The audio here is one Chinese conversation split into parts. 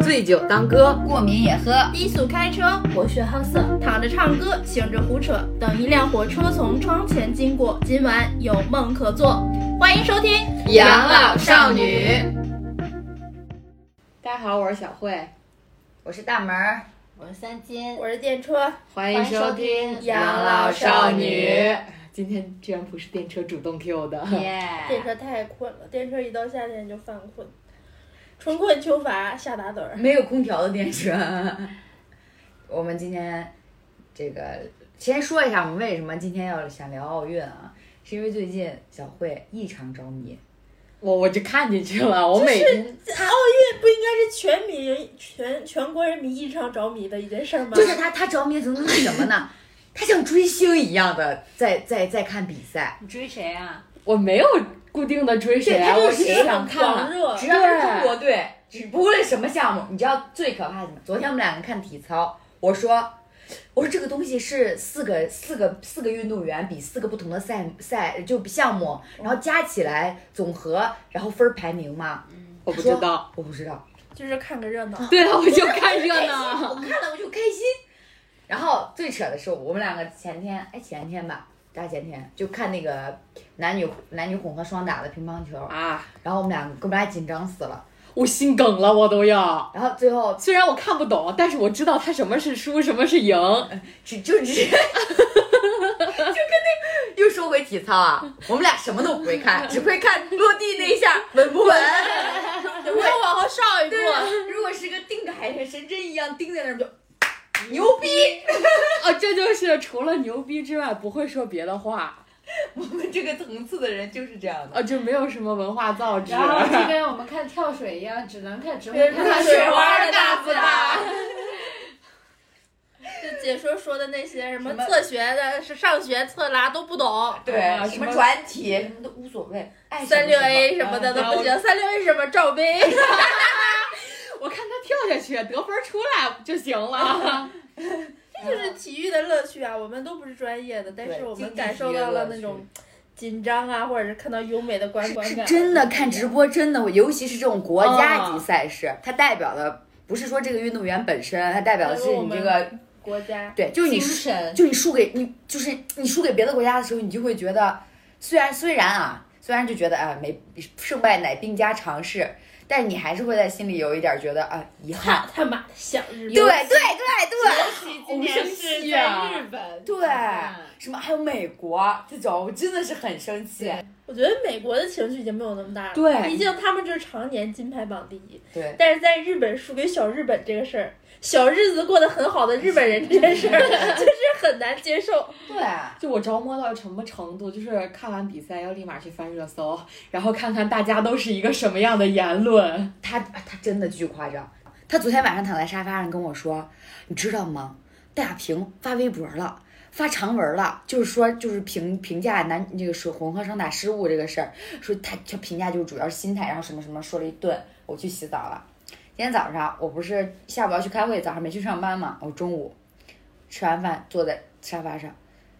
醉酒当歌，过敏也喝。低速开车，博学好色，躺着唱歌，醒着胡扯。等一辆火车从窗前经过，今晚有梦可做。欢迎收听《养老少女》。大家好，我是小慧，我是大门儿，我是三金，我是电车。欢迎收听《养老少女》。今天居然不是电车主动 Q 的，电车太困了，电车一到夏天就犯困，春困秋乏夏打盹儿。没有空调的电车。 我们今天这个先说一下，我们为什么今天要想聊奥运啊？是因为最近小慧异常着迷，我我就看进去了，我每天这奥运不应该是全民全全国人民异常着迷的一件事儿吗？ 就是她，她着迷成那什么呢？她像追星一样的在在在看比赛，你追谁啊？我没有固定的追谁啊，对我她就是只是想狂看。热，只要是中国队，只不论什么项目，你知道最可怕的是什么？昨天我们两个看体操，我说。我说这个东西是四个四个四个运动员比四个不同的赛赛就项目，然后加起来总和，然后分儿排名嘛。我不知道，我不知道，就是看个热闹。对啊，我就看热 我闹。看了我就开心。然后最扯的是，我们两个前天，哎前天吧，大前天就看那个男女男女混合双打的乒乓球，啊，然后我们两个给我们俩紧张死了。我心梗了，我都要。然后最后虽然我看不懂，但是我知道他什么是输，什么是 赢。哦只 就只，就跟那又说回体操啊，我们俩什么都不会看，只会看落地那一下稳不稳。有 没有往后上一步？啊如果是个定个海神神针一样钉在那儿，就牛逼。啊，这就是除了牛逼之外不会说别的话，我们这个层次的人就是这样的。啊，就没有什么文化 造诣。然后就跟我们看跳水一样，只能看只会看看它水花的大不大啊大。？就解说说的那些什么什么测学的、是上学测拉都不懂，对，啊什什么么转体什么都无所谓，爱什么嗯三六 A 什什么么的都啊不行，三六 A 什么罩 杯，我看他跳下去得分出来就行了。这就是体育的乐趣啊！我们都不是专业的，但对是我竞们技感受体育的到了乐那趣种紧张啊，或者是看到优美的观观是感，嗯真的看直播，真的，尤其是这种国家级哦赛事，它代表的不是说这个运动员本身，它代表的是还有我你这们个国家。对，就是你精输 神就你输给你，就是你输给别的国家的时候，你就会觉得，虽然虽然啊，虽然就觉得啊，没胜败乃兵家常事，但是你还是会在心里有一点觉得啊遗憾。他妈的，想日对对对对今年是在日本对，什么还有美国这种，我真的是很生气。我觉得美国的情绪已经没有那么大了，对毕竟他们就是常年金牌榜第一。对，但是在日本输给小日本这个事儿，小日子过得很好的日本人这件事儿， 就是很难接受。对啊， 就我着魔到什么程度，就是看完比赛要立马去翻热搜，然后看看大家都是一个什么样的言论。他他真的巨夸张。他昨天晚上躺在沙发上跟我说：“你知道吗？戴亚萍发微博了，发长文了，就是说就是评评价男那个说混合双打失误这个事儿，说他他评价就是主要是心态，然后什么什么说了一顿。我去洗澡了。今天早上我不是下午要去开会，早上没去上班嘛。我中午吃完饭坐在沙发上，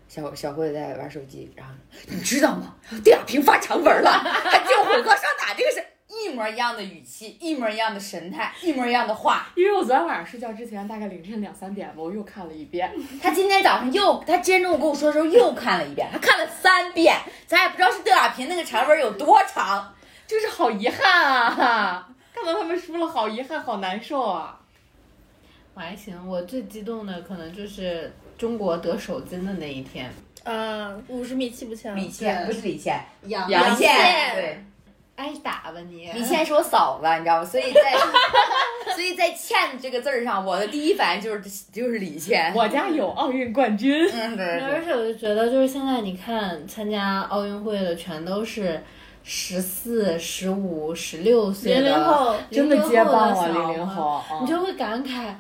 小小慧在玩手机，然后你知道吗？戴亚萍发长文了，还就混合双打这个事儿。”一模一样的语气，一模一样的神态，一模一样的话，因为我昨天晚上睡觉之前，大概凌晨两三点吧，我又看了一遍。他今天早上又，他今天中午跟我说的时候又看了一遍，他看了三遍，咱也不知道是邓亚萍那个长文有多长。就是好遗憾啊！看到他们输了，好遗憾，好难受啊！我还行，我最激动的可能就是中国得首金的那一天。啊，五十米气步枪，李倩不是李倩，杨嗯杨倩倩对，挨打吧你！李倩是我嫂子，你知道吗？所 以在所以在“倩”这个字儿上，我的第一反应就是就是李倩。我家有奥运冠军，嗯， 对对而对，且我就觉得，就是现在你看参加奥运会的全都是十四、十五、十六岁的啊零零后真的接棒了小零零朋友后。嗯你就会感慨，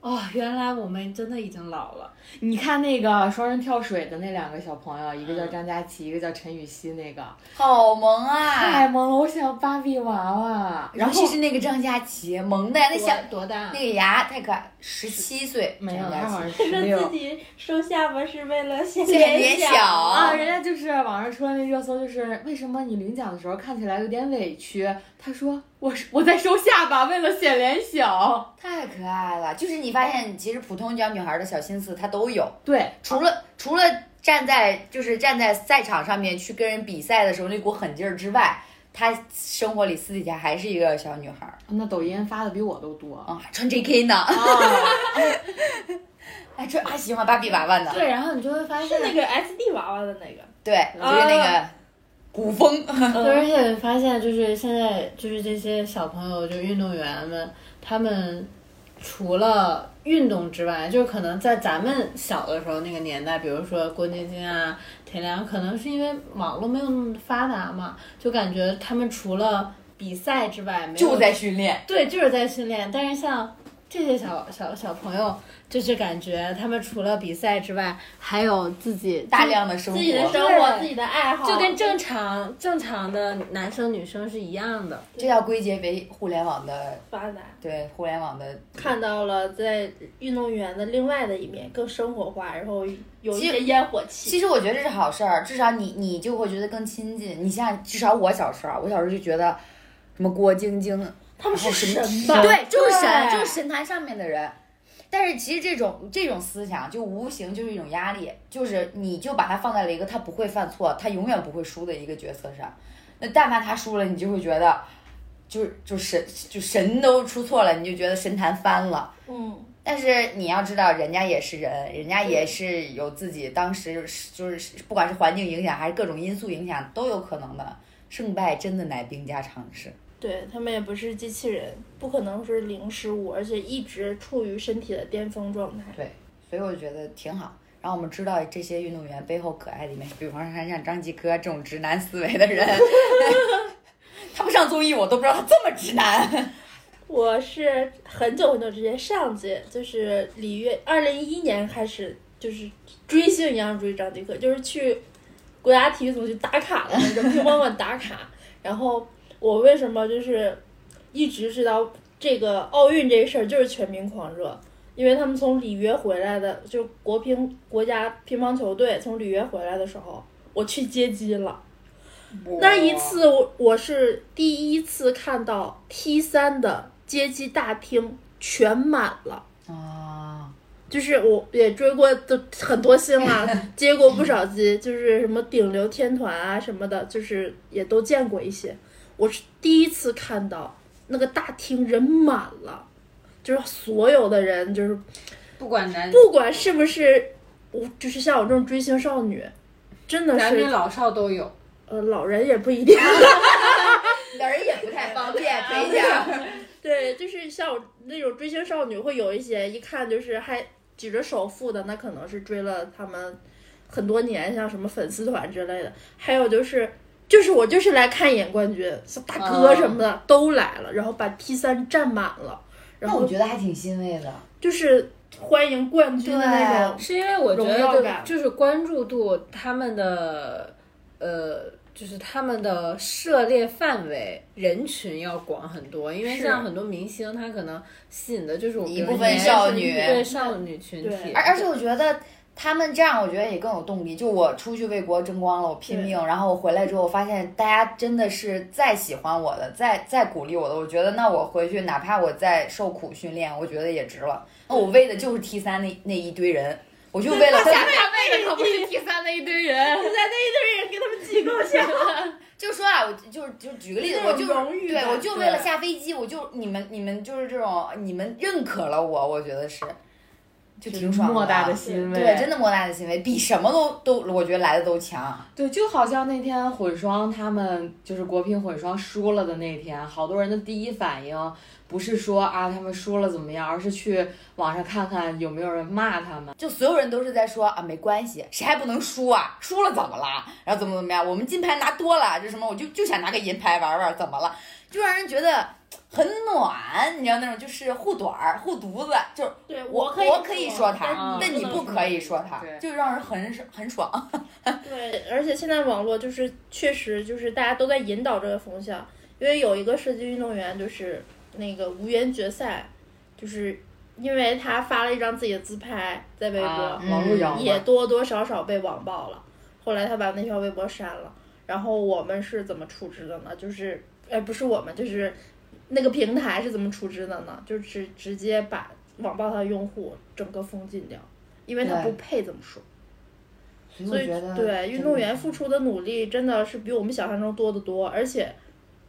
哦，原来我们真的已经老了。你看那个双人跳水的那嗯两个小朋友，一个叫张佳琪，一个叫陈雨希，那个好萌啊！哎太萌了！我想叫芭比娃娃，然尤后其是那个张佳琪，萌的呀，那小多大啊那？个牙太可爱，十七岁，没有，哦张他佳好琪像十说六自。己收下巴是为了显显脸小，小啊，人家就是网上出来那热搜，就是为什么你领奖的时候看起来有点委屈？他说我是我在收下巴，为了显脸小。太可爱了。就是你发现，其实普通小女孩的小心思她都有，哦对，除了除了站在就是站在赛场上面去跟人比赛的时候那股狠劲儿之外，她生活里私底下还是一个小女孩儿那抖音发的比我都多。哦啊，还穿 JK 呢，啊， 还穿还喜欢芭比娃娃呢，对，然后你就会发是现，那个 SD 娃娃的那个，对，就是那个古风， 哦对，而且发现就是现在就是这些小朋友，就运动员们，他们除了运动之外，就是可能在咱们小的时候那个年代，比如说郭晶晶啊、田亮，可能是因为网络没有那么发达嘛，就感觉他们除了比赛之外，没有就在训练。对，就是在训练。但是像这些小小小朋友，就是感觉他们除了比赛之外，还有自己大量哦的生活自，己的生活、对自己的爱好，就跟正常正常的男生女生是一样的。这要归结为互联网的发达。对互联网的看到了在运动员的另外的一面，更生活化，然后有一其实些烟火气。其实我觉得这是好事儿，至少你你就会觉得更亲近。你像至少我小时候啊，我小时候就觉得什么郭晶晶，他们是然后神什么吧对，就是神，对就是神坛上面的人。但是其实这种这种思想就无形就是一种压力，就是你就把他放在了一个他不会犯错，他永远不会输的一个角色上。那但凡他输了，你就会觉得，就是就神就神都出错了，你就觉得神坛翻了。嗯，但是你要知道，人家也是人，人家也是有自己当时是就是不管是环境影响还是各种因素影响都有可能的。胜败真的乃兵家常事。对他们也不是机器人，不可能是零失误，而且一直处于身体的巅峰状态。对，所以我觉得挺好。然后我们知道这些运动员背后可爱的一面，比方说像张继科这种直男思维 的人， 他不上综艺我都不知道他这么直男。我是很久很久之前上届，就是里约二零一一年开始，就是追星一样追张继科，就是去国家体育总局打卡的那种乒乓馆打卡。然后我为什么就是一直知道这个奥运这事儿就是全民狂热，因为他们从里约回来的，就是国乒国家乒乓球队从里约回来的时候，我去接机了。 那一次我我是第一次看到 T 三的街机大厅全满了。啊，就是我也追过都很多星 啦，接过不少机，就是什么顶流天团啊什么的，就是也都见过一些。我是第一次看到那个大厅人满了，就是所有的人，就是不管男不管是不是我，就是像我这种追星少女，真的男女是老少都有。呃老人也不一定。人也不太方 便陪讲。对，就是像我那种追星少女，会有一些一看就是还举着首付的，那可能是追了他们很多年，像什么粉丝团之类的。还有就是，就是我就是来看一眼冠军，像大哥什么的、都来了，然后把 T 三占满了，然那我后觉得还挺欣慰的。就是欢迎冠军的那种。是因为我觉荣耀得感就就是关注度，他们的呃，就是他们的涉猎范围人群要广很多，因为是像很多明星，他可能吸引的就是我们一这部个分年少轻女对少女群体对而。而且我觉得他们这样，我觉得也更有动力。就我出去为国争光了，我拼命，然后我回来之后，发现大家真的是再喜欢我的，再再鼓励我的，我觉得那我回去哪怕我再受苦训练，我觉得也值了。那我为的就是 T 三那那一堆人，我就为了下面。为的可不是 T 三那一堆人。现在那一堆人给他们挤够呛，就说啊，我就就举个例子，这我种就荣誉对感我就为了下飞机，我就你们你们就是这种，你们认可了我，我觉得是，就挺爽啊莫大的欣慰，对，真的莫大的欣慰，比什么都都我觉得来的都强。对，就好像那天混双他们就是国乒混双输了的那天，好多人的第一反应不是说啊他们输了怎么样，而是去网上看看有没有人骂他们。就所有人都是在说啊，没关系，谁还不能输啊？输了怎么了？然后怎么怎么样？我们金牌拿多了，这什么？我就就想拿个银牌玩玩，怎么了？就让人觉得很暖，你知道那种就是护短儿、护犊子，就是对我可以我可以说啊他，但你能不可以说他，对就让人很很爽。对，而且现在网络就是确实就是大家都在引导这个风向，因为有一个射击运动员就是那个无缘决赛，就是因为他发了一张自己的自拍在微博，嗯啊，网络摇也嘛，多多少少被网暴了。后来他把那条微博删了。然后我们是怎么处置的呢？就是，哎，不是我们，就是那个平台是怎么处置的呢？就是直接把网暴他的用户整个封禁掉，因为他对不配这么说。所以所我以觉得对运真动的员付出的努力真的是比我们想象中多得多，而且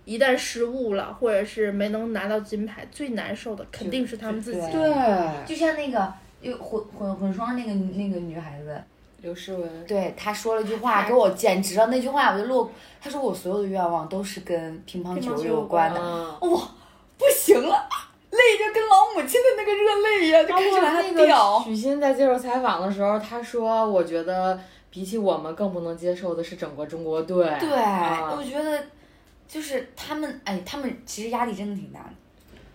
一旦失误了，或者是没能拿到金牌，最难受的肯定是他们自己。对对，就像那个又混混混双那个那个女孩子，刘诗雯，对她说了一句话，给我简直了，那句话我就落。她说我所有的愿望都是跟乒乓乒乓球球有有关关的，嗯，哇，不行了，泪就跟老母亲的那个热泪一样，就包开始括往那下掉个。许昕在接受采访的时候，她说：“我觉得比起我们更不能接受的是整个中国队。”对，啊我觉得就是他们，哎，他们其实压力真的挺大的。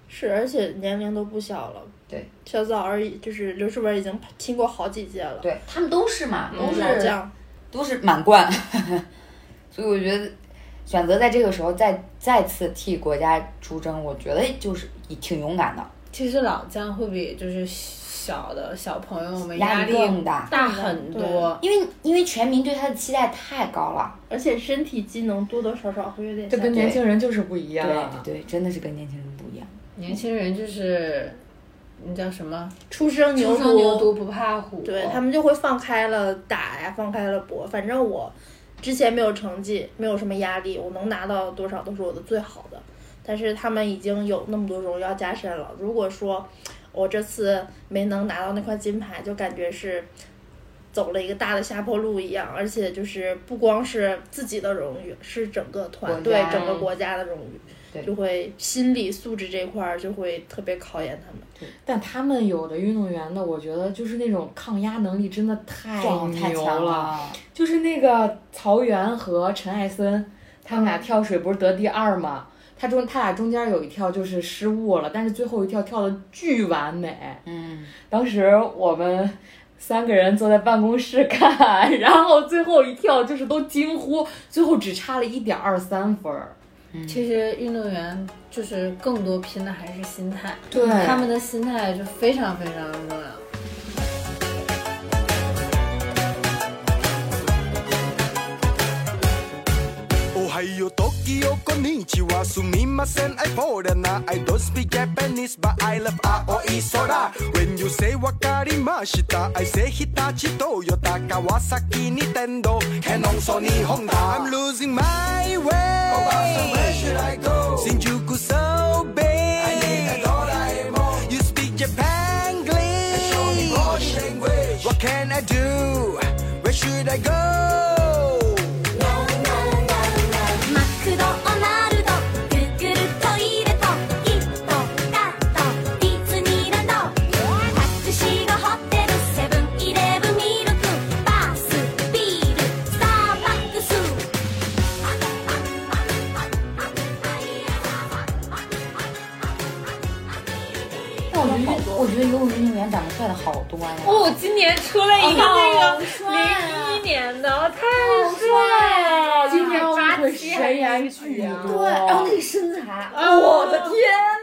是，而且年龄都不小了。对，小枣儿已就是刘诗雯已经踢过好几届了，对他们都是嘛，都嗯是、老将。都是满贯， 所以我觉得选择在这个时候再再次替国家出征，我觉得就是也挺勇敢的，其实老将会比就是小的小朋友们压力更大，大很多，因为因为全民对他的期待太高了。而且身体机能多多少少会有点这下跟降年轻人就是不一样。对对，真的是跟年轻人不一样。年轻人就是那叫什么初生初牛犊，生牛犊不怕虎，对他们就会放开了打呀，放开了搏。反正我之前没有成绩，没有什么压力，我能拿到多少都是我的最好的。但是他们已经有那么多荣耀加身了，如果说我这次没能拿到那块金牌，就感觉是走了一个大的下坡路一样。而且就是不光是自己的荣誉，是整个团国队家、整个国家的荣对誉，就会心理素质这块儿就会特别考验他们。但他们有的运动员呢，我觉得就是那种抗压能力真的太撞太牛强了。了，就是那个曹原和陈艾森，他们俩跳水不是得第二吗？他中他俩中间有一跳就是失误了，但是最后一跳跳的巨完美。嗯，当时我们三个人坐在办公室看，然后最后一跳就是都惊呼，最后只差了一点二三分儿。其实运动员就是更多拼的还是心态，对他们的心态就非常非常重要。おはよう、時よ、こんにちは。すみません、I Poland. I don't speak Japanese, but I love 青い空。When you say わかりました、I say 日立、トヨタ、川崎、ニテンド、ヘノンソニー、ホンダ。I'm losing my way. Oh, Where should I go? 新宿 so big. I need a ドラえもん You speak Japan English. What can I do? Where should I go? マクドナルドぐるぐるトイレとヒットカットディズニーランドタクシーがホテルセブンイレブンミルクバスビールスターバックス但我觉得我觉得游泳运动员长得帅的好多呀，哦，今年出了一个那个零一年的，太帅了！今年奥运会神颜巨对，多，然后那个身材，啊哦我的天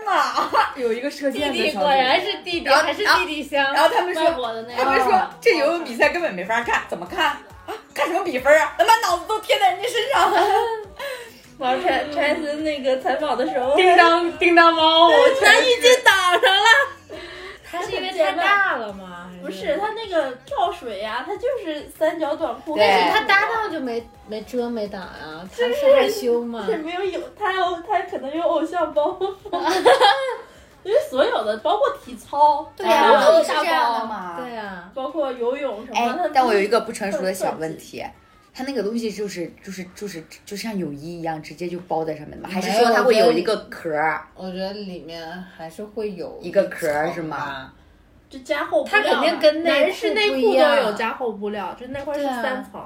呐！ 有一个射弟箭的弟小果姐然姐是弟弟，还是弟弟香。然后他们说外国的那他们个，说这游泳比赛根本没法看，怎么看啊？看什么比分啊？能把脑子都贴在人家身上了。王柴柴森那个采访的时候，叮当叮当猫，我他已经挡上了。他是因为太大了吗？不是他那个跳水呀、他就是三角短裤，对但是他搭档就没没遮没挡啊，他是害羞嘛 他是。没有有他有他可能有偶像包 袱，因为所有的包括体操， 对呀呀，我都都是是这这样样的的嘛。对呀，包括游泳什么哎的。，但我有一个不成熟的小问题，它那个东西就是就是就是就像泳衣一样，直接就包在上面的吗？还是说它会有一个壳儿？我觉得里面还是会有一个壳儿层是吗吧？就加厚布料他嘛，肯定跟内裤男士内不裤一都样有加厚布料，就那块是对啊三层。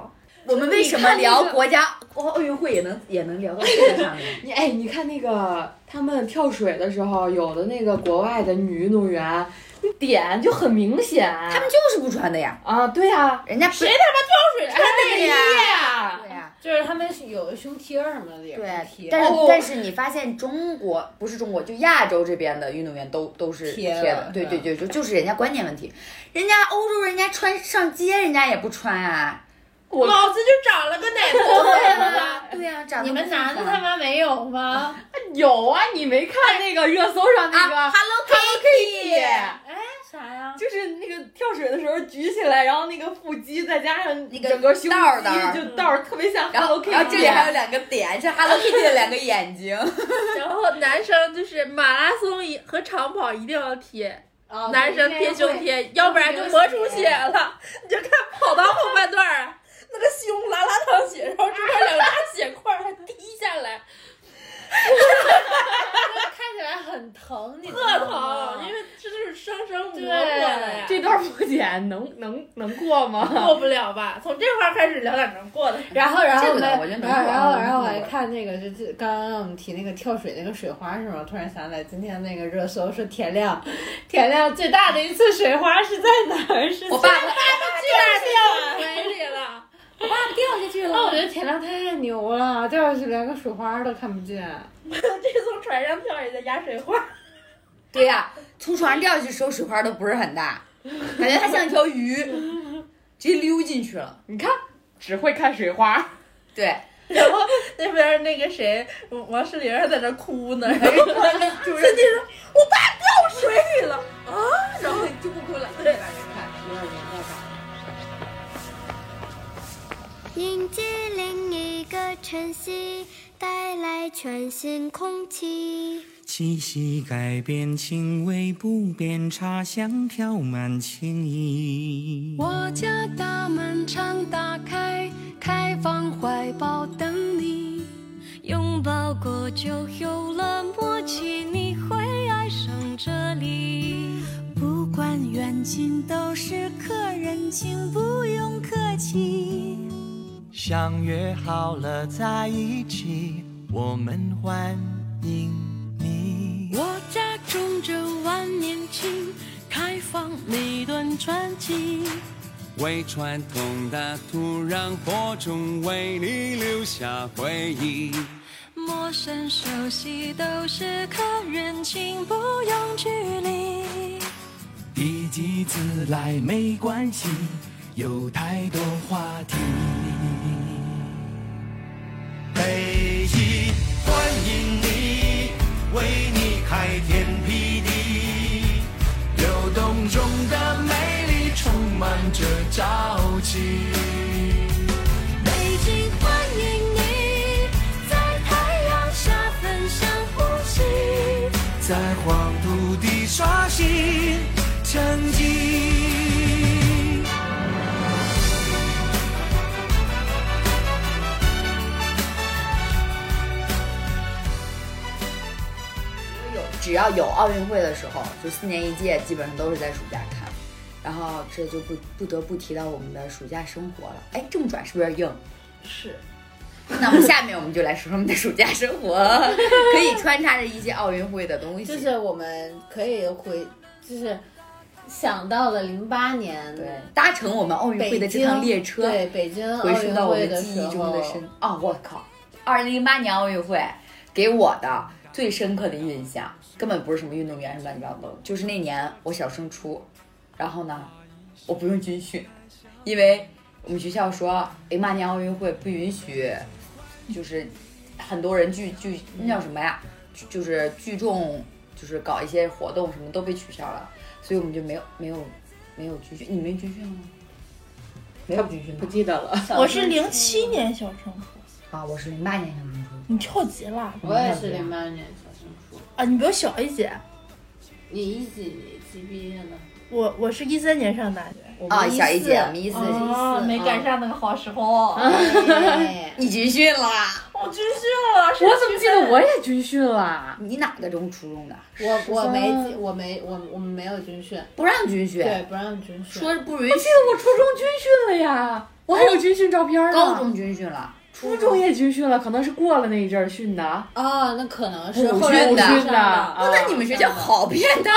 我们为什么聊国家奥奥运会也能也能聊到这个上面？你哎，你看那个他们跳水的时候，有的那个国外的女运动员，那点就很明显。他们就是不穿的呀，啊，对呀、人家谁谁他妈跳水穿对的呀？呀、对呀？就是他们是有的胸贴儿什么的也对会哎贴，，但是、哦但是你发现中国不是中国，就亚洲这边的运动员都都是贴贴了嗯的，对是吧对对，就就是人家观念问题，人家欧洲人家穿上街人家也不穿啊，我老子就长了个奶头对怎么呀、了？啊、对呀、长得你们不像男的啥他妈没有吗？有啊，你没看那个热搜上那个、哎啊，Hello Kitty。哎，啥呀？就是那个跳水的时候举起来，然后那个腹肌再加上那个整个胸道儿肌道儿嗯就道儿特别像然后 Hello，Kitty，然后这里还有两个点，是 Hello Kitty 的两个 眼睛。 然后男生就是马拉松一和长跑一定要贴，哦男生贴胸，贴，要不然就磨出血了。你就看跑到后半段 儿啊，那个胸拉拉淌血，然后中间两大血块儿还滴下来，对看起来很疼，你知特道吗疼，因为这就是生生磨过对的呀。这段复检能能能过吗？过不了吧？从这块儿开始聊点能过的。然后，然后这我个们，我觉得能然后，然后，过啊然后我能还过看那个，就是刚刚我们提那个跳水那个水花是吗？突然想起来，今天那个热搜说田亮，田亮最大的一次水花是在哪儿？是我爸在掉水里了，我爸爸掉下去了。那我觉得田亮太牛了，掉下去连个水花都看不见。这从船上跳也在压水花。对呀、从床上掉下去时候水花都不是很大，感觉他像条 鱼，直接溜进去了。你看， 只会看水花。对，然后那边儿那个谁，王王诗龄还在那哭呢，然后主任就说：“我爸掉水里了啊！”然后就不哭了。对，迎接另一个晨曦，带来全新空气。气息改变，情味不变，茶香飘满情意。我家大门常打开，开放怀抱等你。拥抱过就有了默契，你会爱上这里。不管远近都是客人，请不用客气。相约好了在一起，我们欢迎你。我家种着万年青，开放每段传奇。为传统的土壤播种，为你留下回忆。陌生熟悉都是客人，请不用距离。一季自来没关系，有太多话题。北一欢迎你，为你开天辟地，流动中的美丽充满着朝气。北京欢迎你，在太阳下分享呼吸。在黄土地刷新成绩。只要有奥运会的时候，就四年一届，基本上都是在暑假看。然后这就不不得不提到我们的暑假生活了。哎，这么转是不是有点硬？是那我们下面我们就来说说我们的暑假生 活，可以穿插着一些奥运会的东西。就是我们可以回，就是想到了零八年对，搭乘我们奥运北会京的这趟列车，对北京奥回溯运到我会们的记时忆中的候，深啊、我靠！二零零八年奥运会给我的最深刻的印象，根本不是什么运动员什么乱七八糟的，就是那年我小升初，然后呢，我不用军训，因为我们学校说零八年奥运会不允许，就是很多人聚聚那叫什么呀？聚就是聚众，就是搞一些活动什么都被取消了，所以我们就没有没有没有军训。你没军训吗？没有军训吗不？记得了，我是零七年小升初，啊，我是零八年小升初，你跳级了我也是零八年小升初，啊？你比我小一届，你一几年级毕业的？我我是一三年上大学，我啊，们小一四姐，我们一四，哦，没赶上那个好时候，哎你军训啦？我军训了，是我怎么记得我也军训了？啊你哪个中初中的？我我没进我没我我们没有军训，不让军训，对，不让军训。说不允许。我初中军训了呀，我还有军训照片呢。高中军训了，初中也军训了，可能是过了那一阵儿训的。哦，那可能是补后来训的补军上的的。啊哦那你们学校好变态。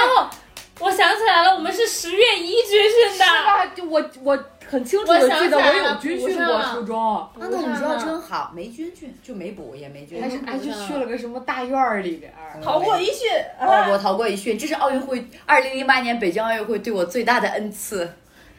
我想起来了，我们是十月一军训的。啊是吧？就我我很清楚的记得我我想起来有了军补训上过了初中，啊，那你说的真好，没军训就没补也没军还训。是还补是上哎去了了个什么大院儿里边儿。逃过一训，哦，我逃过一训，这是奥运会二零零八年北京奥运会对我最大的恩赐。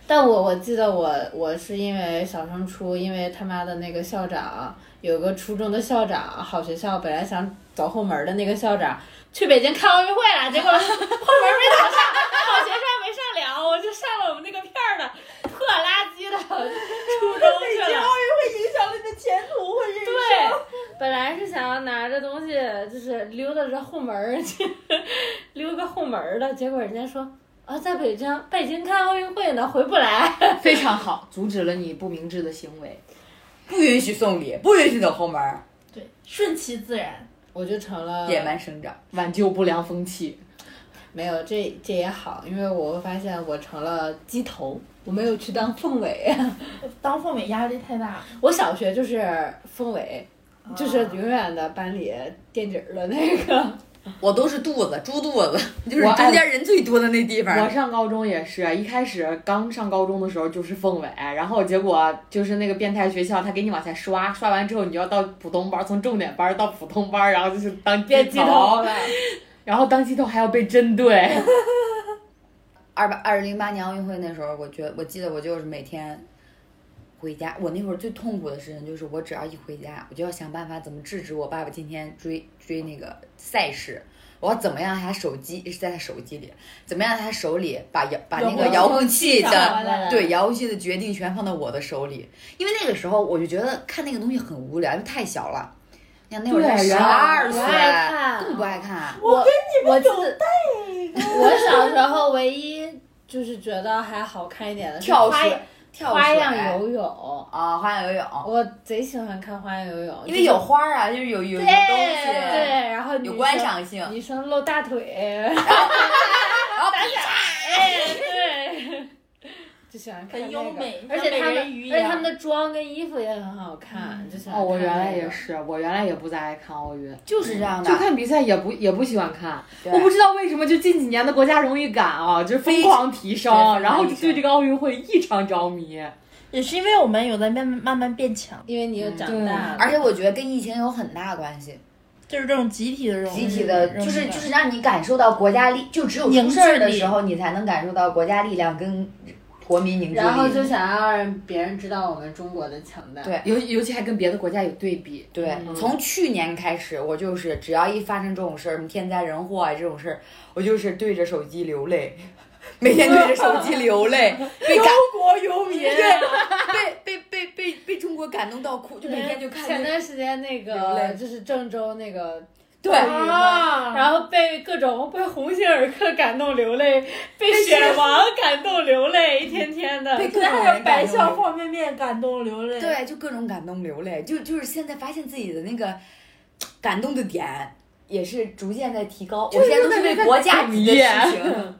但我我记得我我是因为小升初，因为他妈的那个校长有个初中的校长，好学校本来想走后门的那个校长去北京看奥运会了，结果后门没考上，好学校没上了，我就上了我们那个片儿的破垃圾的初中去了。会影响了你的前途或者人生。对，本来是想要拿着东西就是溜达着后门儿去溜个后门儿的，结果人家说啊，在北京北京看奥运会呢，回不来。非常好，阻止了你不明智的行为。不允许送礼，不允许走后门儿，对，顺其自然。我就成了野蛮生长。挽救不良风气。没有，这这也好，因为我会发现我成了鸡头，我没有去当凤尾。 当凤尾压力太大了，我小学就是凤尾，啊就是永远的班里垫底儿的那个。我都是肚子，猪肚子，就是我中间人最多的那地我方。上高中也是一开始刚上高中的时候就是凤尾，然后结果就是那个变态学校，他给你往下刷，刷完之后你就要到普通班，从重点班到普通班，然后就是当别鸡鸡头头，了，然后当鸡头还要被针 对。二八二零零八年奥运会那时候，我觉我记得我就是每天回家，我那会儿最痛苦的事情就是我只要一回家，我就要想办法怎么制止我爸爸今天追追那个赛事。我要怎么样？他手机是在他手机里，怎么样？他手里把遥把那个遥控器遥控器的掌握了对遥控器的决定权放到我的手里，因为那个时候我就觉得看那个东西很无聊，因为太小了。你看那会儿对才十然后二不岁爱看，更不爱看。我我记得我小时候唯一就是觉得还好看一点的是跳花水、跳花水样游泳，啊，花样游泳，我贼喜欢看花样游泳，因为有花儿啊，就是有有有对东西，对，然后女有生观赏性。女生露大腿， 然后比赛哎，对，就喜欢看、那很个、优美而且像他美们，人鱼一而样且他们的妆跟衣服也很好嗯看，就喜欢哦，看、我原来也，是，我原来也不咋爱看奥运，就是这样的就，看比赛也不也不喜欢看。对我不知道为什么，就近几年的国家荣誉感啊，就是疯狂提非常升，然后就非常对这个奥运会异常着迷。也是因为我们有在慢慢慢慢变强，因为你又长嗯大了，而且我觉得跟疫情有很大关系，就是这种集体的这种集体的，认就识是感就是让你感受到国家力，就只有出事儿的时候，你才能感受到国家力量跟国民凝聚力。然后就想要让别人知道我们中国的强大。对尤尤其还跟别的国家有对比。对，嗯从去年开始，我就是只要一发生这种事儿，什么天灾人祸啊这种事儿，我就是对着手机流泪，每天对着手机流泪，被感国游民对，被被被被被中国感动到哭，就每天就看前那个段时间那流个泪就是郑州那个对啊，然后被各种被鸿星尔克感动流泪，被雪王感动流泪，一天天的。被各种还人有白感动象流泪，方便面感动流泪，，对，就各种感动流泪，就就是现在发现自己的那个感动的点也是逐渐在提高，我现在都是为国家级的事 情。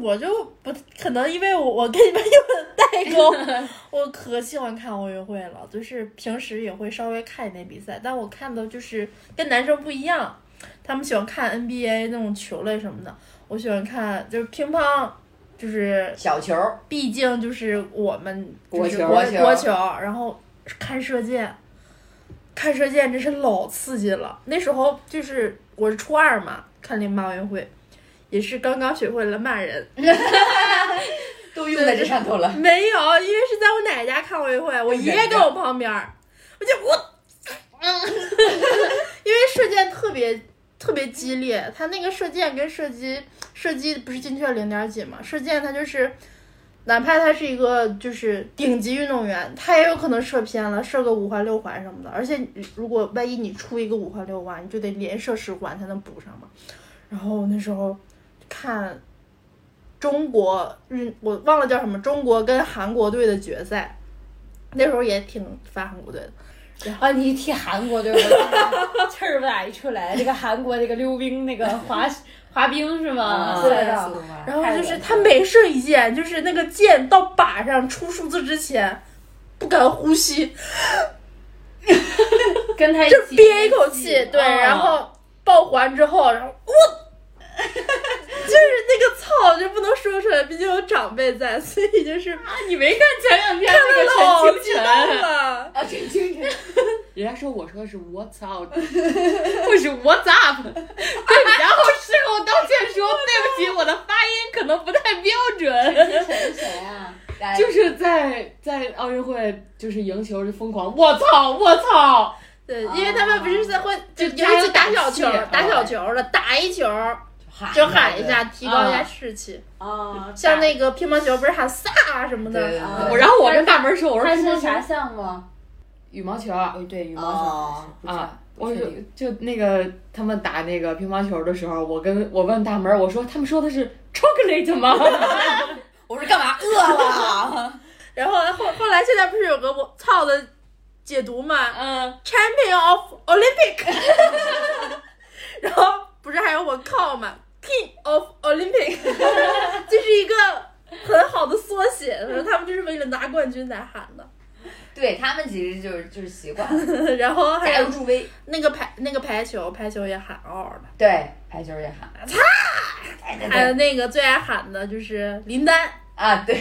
我就不可能，因为我我跟你们有代沟，我可喜欢看奥运会了，就是平时也会稍微看一点比赛，但我看的就是跟男生不一样，他们喜欢看 NBA 那种球类什么的，我喜欢看就是乒乓，就是小球，毕竟就是我们就国是球国国球国球，然后看射箭，看射箭真是老刺激了。那时候就是我是初二嘛，看零八奥运会，也是刚刚学会了骂人， 都用在这上头了。没有，因为是在我奶奶家看奥运会，我爷爷跟我旁边儿，我就我，因为射箭特别特别激烈，他那个射箭跟射击，射击不是精确零点几嘛，射箭它就是。哪怕他是一个就是顶级运动员，他也有可能射偏了，射个五环六环什么的。而且如果万一你出一个五环六环，你就得连射十环才能补上嘛。然后那时候看中国日，我忘了叫什么，中国跟韩国队的决赛，那时候也挺烦韩国队的。啊，你一提韩国对吧？气儿不打一处来，这个韩国这个溜冰那个滑滑冰是吗？对赛道的，然后就是太他每射一箭，就是那个箭到靶上出数字之前，不敢呼吸，跟哎他一就起憋一口气，对，哦然后 爆环之后，然后我。就是那个操，就不能说出来，毕竟有长辈在，所以就是啊你没看前两天那老个陈知清道晨？了。啊，陈清晨，人家说我说的是 What's out，不是 What's up，对，然后事后道歉说对不起，我的发音可能不太标准，谁谁啊？ 就是在在奥运会就是赢球就疯狂，我操我操，对，因为他们不是在会，就就尤加油其打小球打气，打小球了，打一球就喊一下，提高一下士气。哦啊，像那个乒乓球不是喊萨啊什么对对的，对我然后我跟大门说，我说他乒是乓啥球、项目？啊羽毛球哦，对，羽哦毛球不是啊，不我是就不是就那个他们打那个乒乓球的时候，我跟我问大门，我说他们说的是 chocolate 吗？ 我说干嘛？饿了。然后后后来现在不是有个我操的解读嘛嗯， ，Champion of Olympic，然后不是还有我靠嘛，King of Olympic，就是一个很好的缩写，然后他们就是为了拿冠军才喊的。对他们其实就是就是习惯 了，然后还加有油助 威。那个排那个排球，排球也喊嗷哦嗷的。对，排球也喊。哎对对还有对那个最爱喊的就是林丹，啊，对。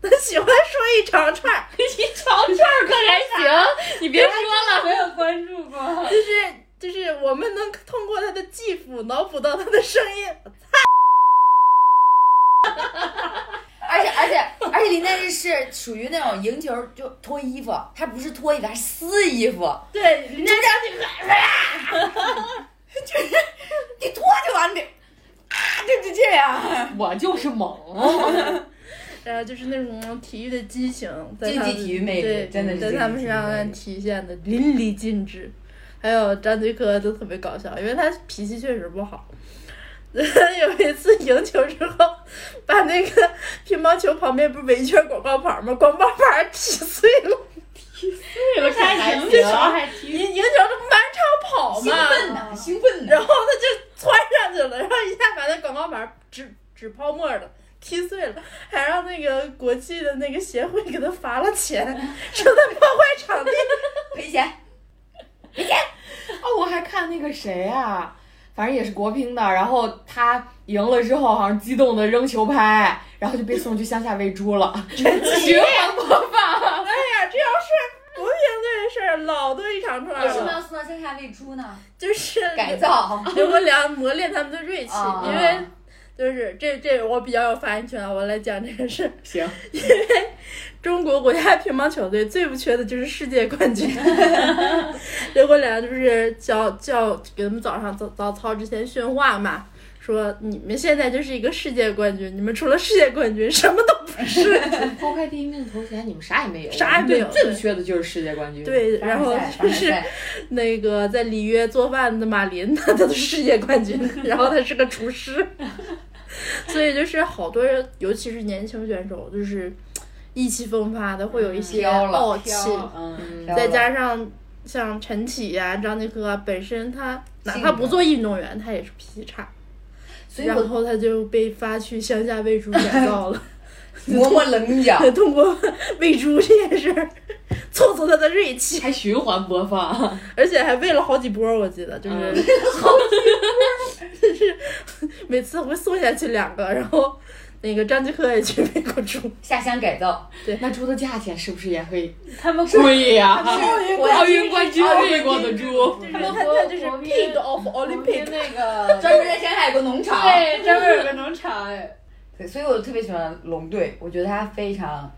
他喜欢说一长串儿，你长串儿可还行，你别说了，没有关注过。就是就是我们能通过他的技术脑补到他的声音。而且而且而且林丹这是属于那种赢球就脱衣服，他不是脱衣服，他是撕衣服，对，林丹啊你脱就完了，啊，就就这样，我就是猛，然后呃就是那种体育的激情，在竞技他们体育魅力对真的是在竞技他们身体育魅上力体现的淋漓尽致。还有张继科都特别搞笑，因为他脾气确实不好。 有一次赢球之后，把那个乒乓球旁边不是围一圈广告牌吗？广告牌踢碎了。这个还这行，啥还赢挺。赢球这不满场跑兴奋嘛，呐，啊兴奋呐，然后他就窜上去了，然后一下把那广告牌纸纸泡沫的踢碎了，还让那个国际的那个协会给他罚了钱，说他破坏场地。 赔钱，哦，我还看那个谁啊，反正也是国乒的，然后他赢了之后，好像激动的扔球拍，然后就被送去乡下喂猪 了，循环播放。哎呀，这要是国乒队的事儿，老多一长串为什么要了，送到乡下喂猪呢？就是改 造， 刘国梁磨练他们的锐气，啊因为。就是这这我比较有发言权啊，我来讲这个事儿。 行，中国国家乒乓球队最不缺的就是世界冠 军。刘国梁就是教教给他们早上早早操之前训话嘛，说你们现在就是一个世界冠军，你们除了世界冠军什么都不是。抛开第一名的头衔，你们啥也没有，啥也没有你们最对缺的就是世界冠军。，对，凡然尔后赛凡就尔是赛那个在里约做饭的马林， 他都是世界冠 军，然后他是个厨师， 所以就是好多人，尤其是年轻选手，就是意气风发的，会有一些飘了傲哦气。嗯，再加上像陈启呀、张继科、啊，本身他哪怕不做运动员，他也是脾气差，所以然我后他就被发去乡下喂猪改造了， 磨磨棱 角，通过喂猪这件事儿凑凑他的锐气，还循环播放。而且还喂了好几波，我记得就是、 嗯就是每次会送下去两个，然后那个张继科也去喂过猪，下乡改造，那猪的价钱是不是也会他们贵呀、 国奥运冠军喂过的猪，他们他就是 pig of Olympic，那个专啊门在乡下有个农场，对，专门有个农场哎。对，所以我特别喜欢龙队，我觉得他非常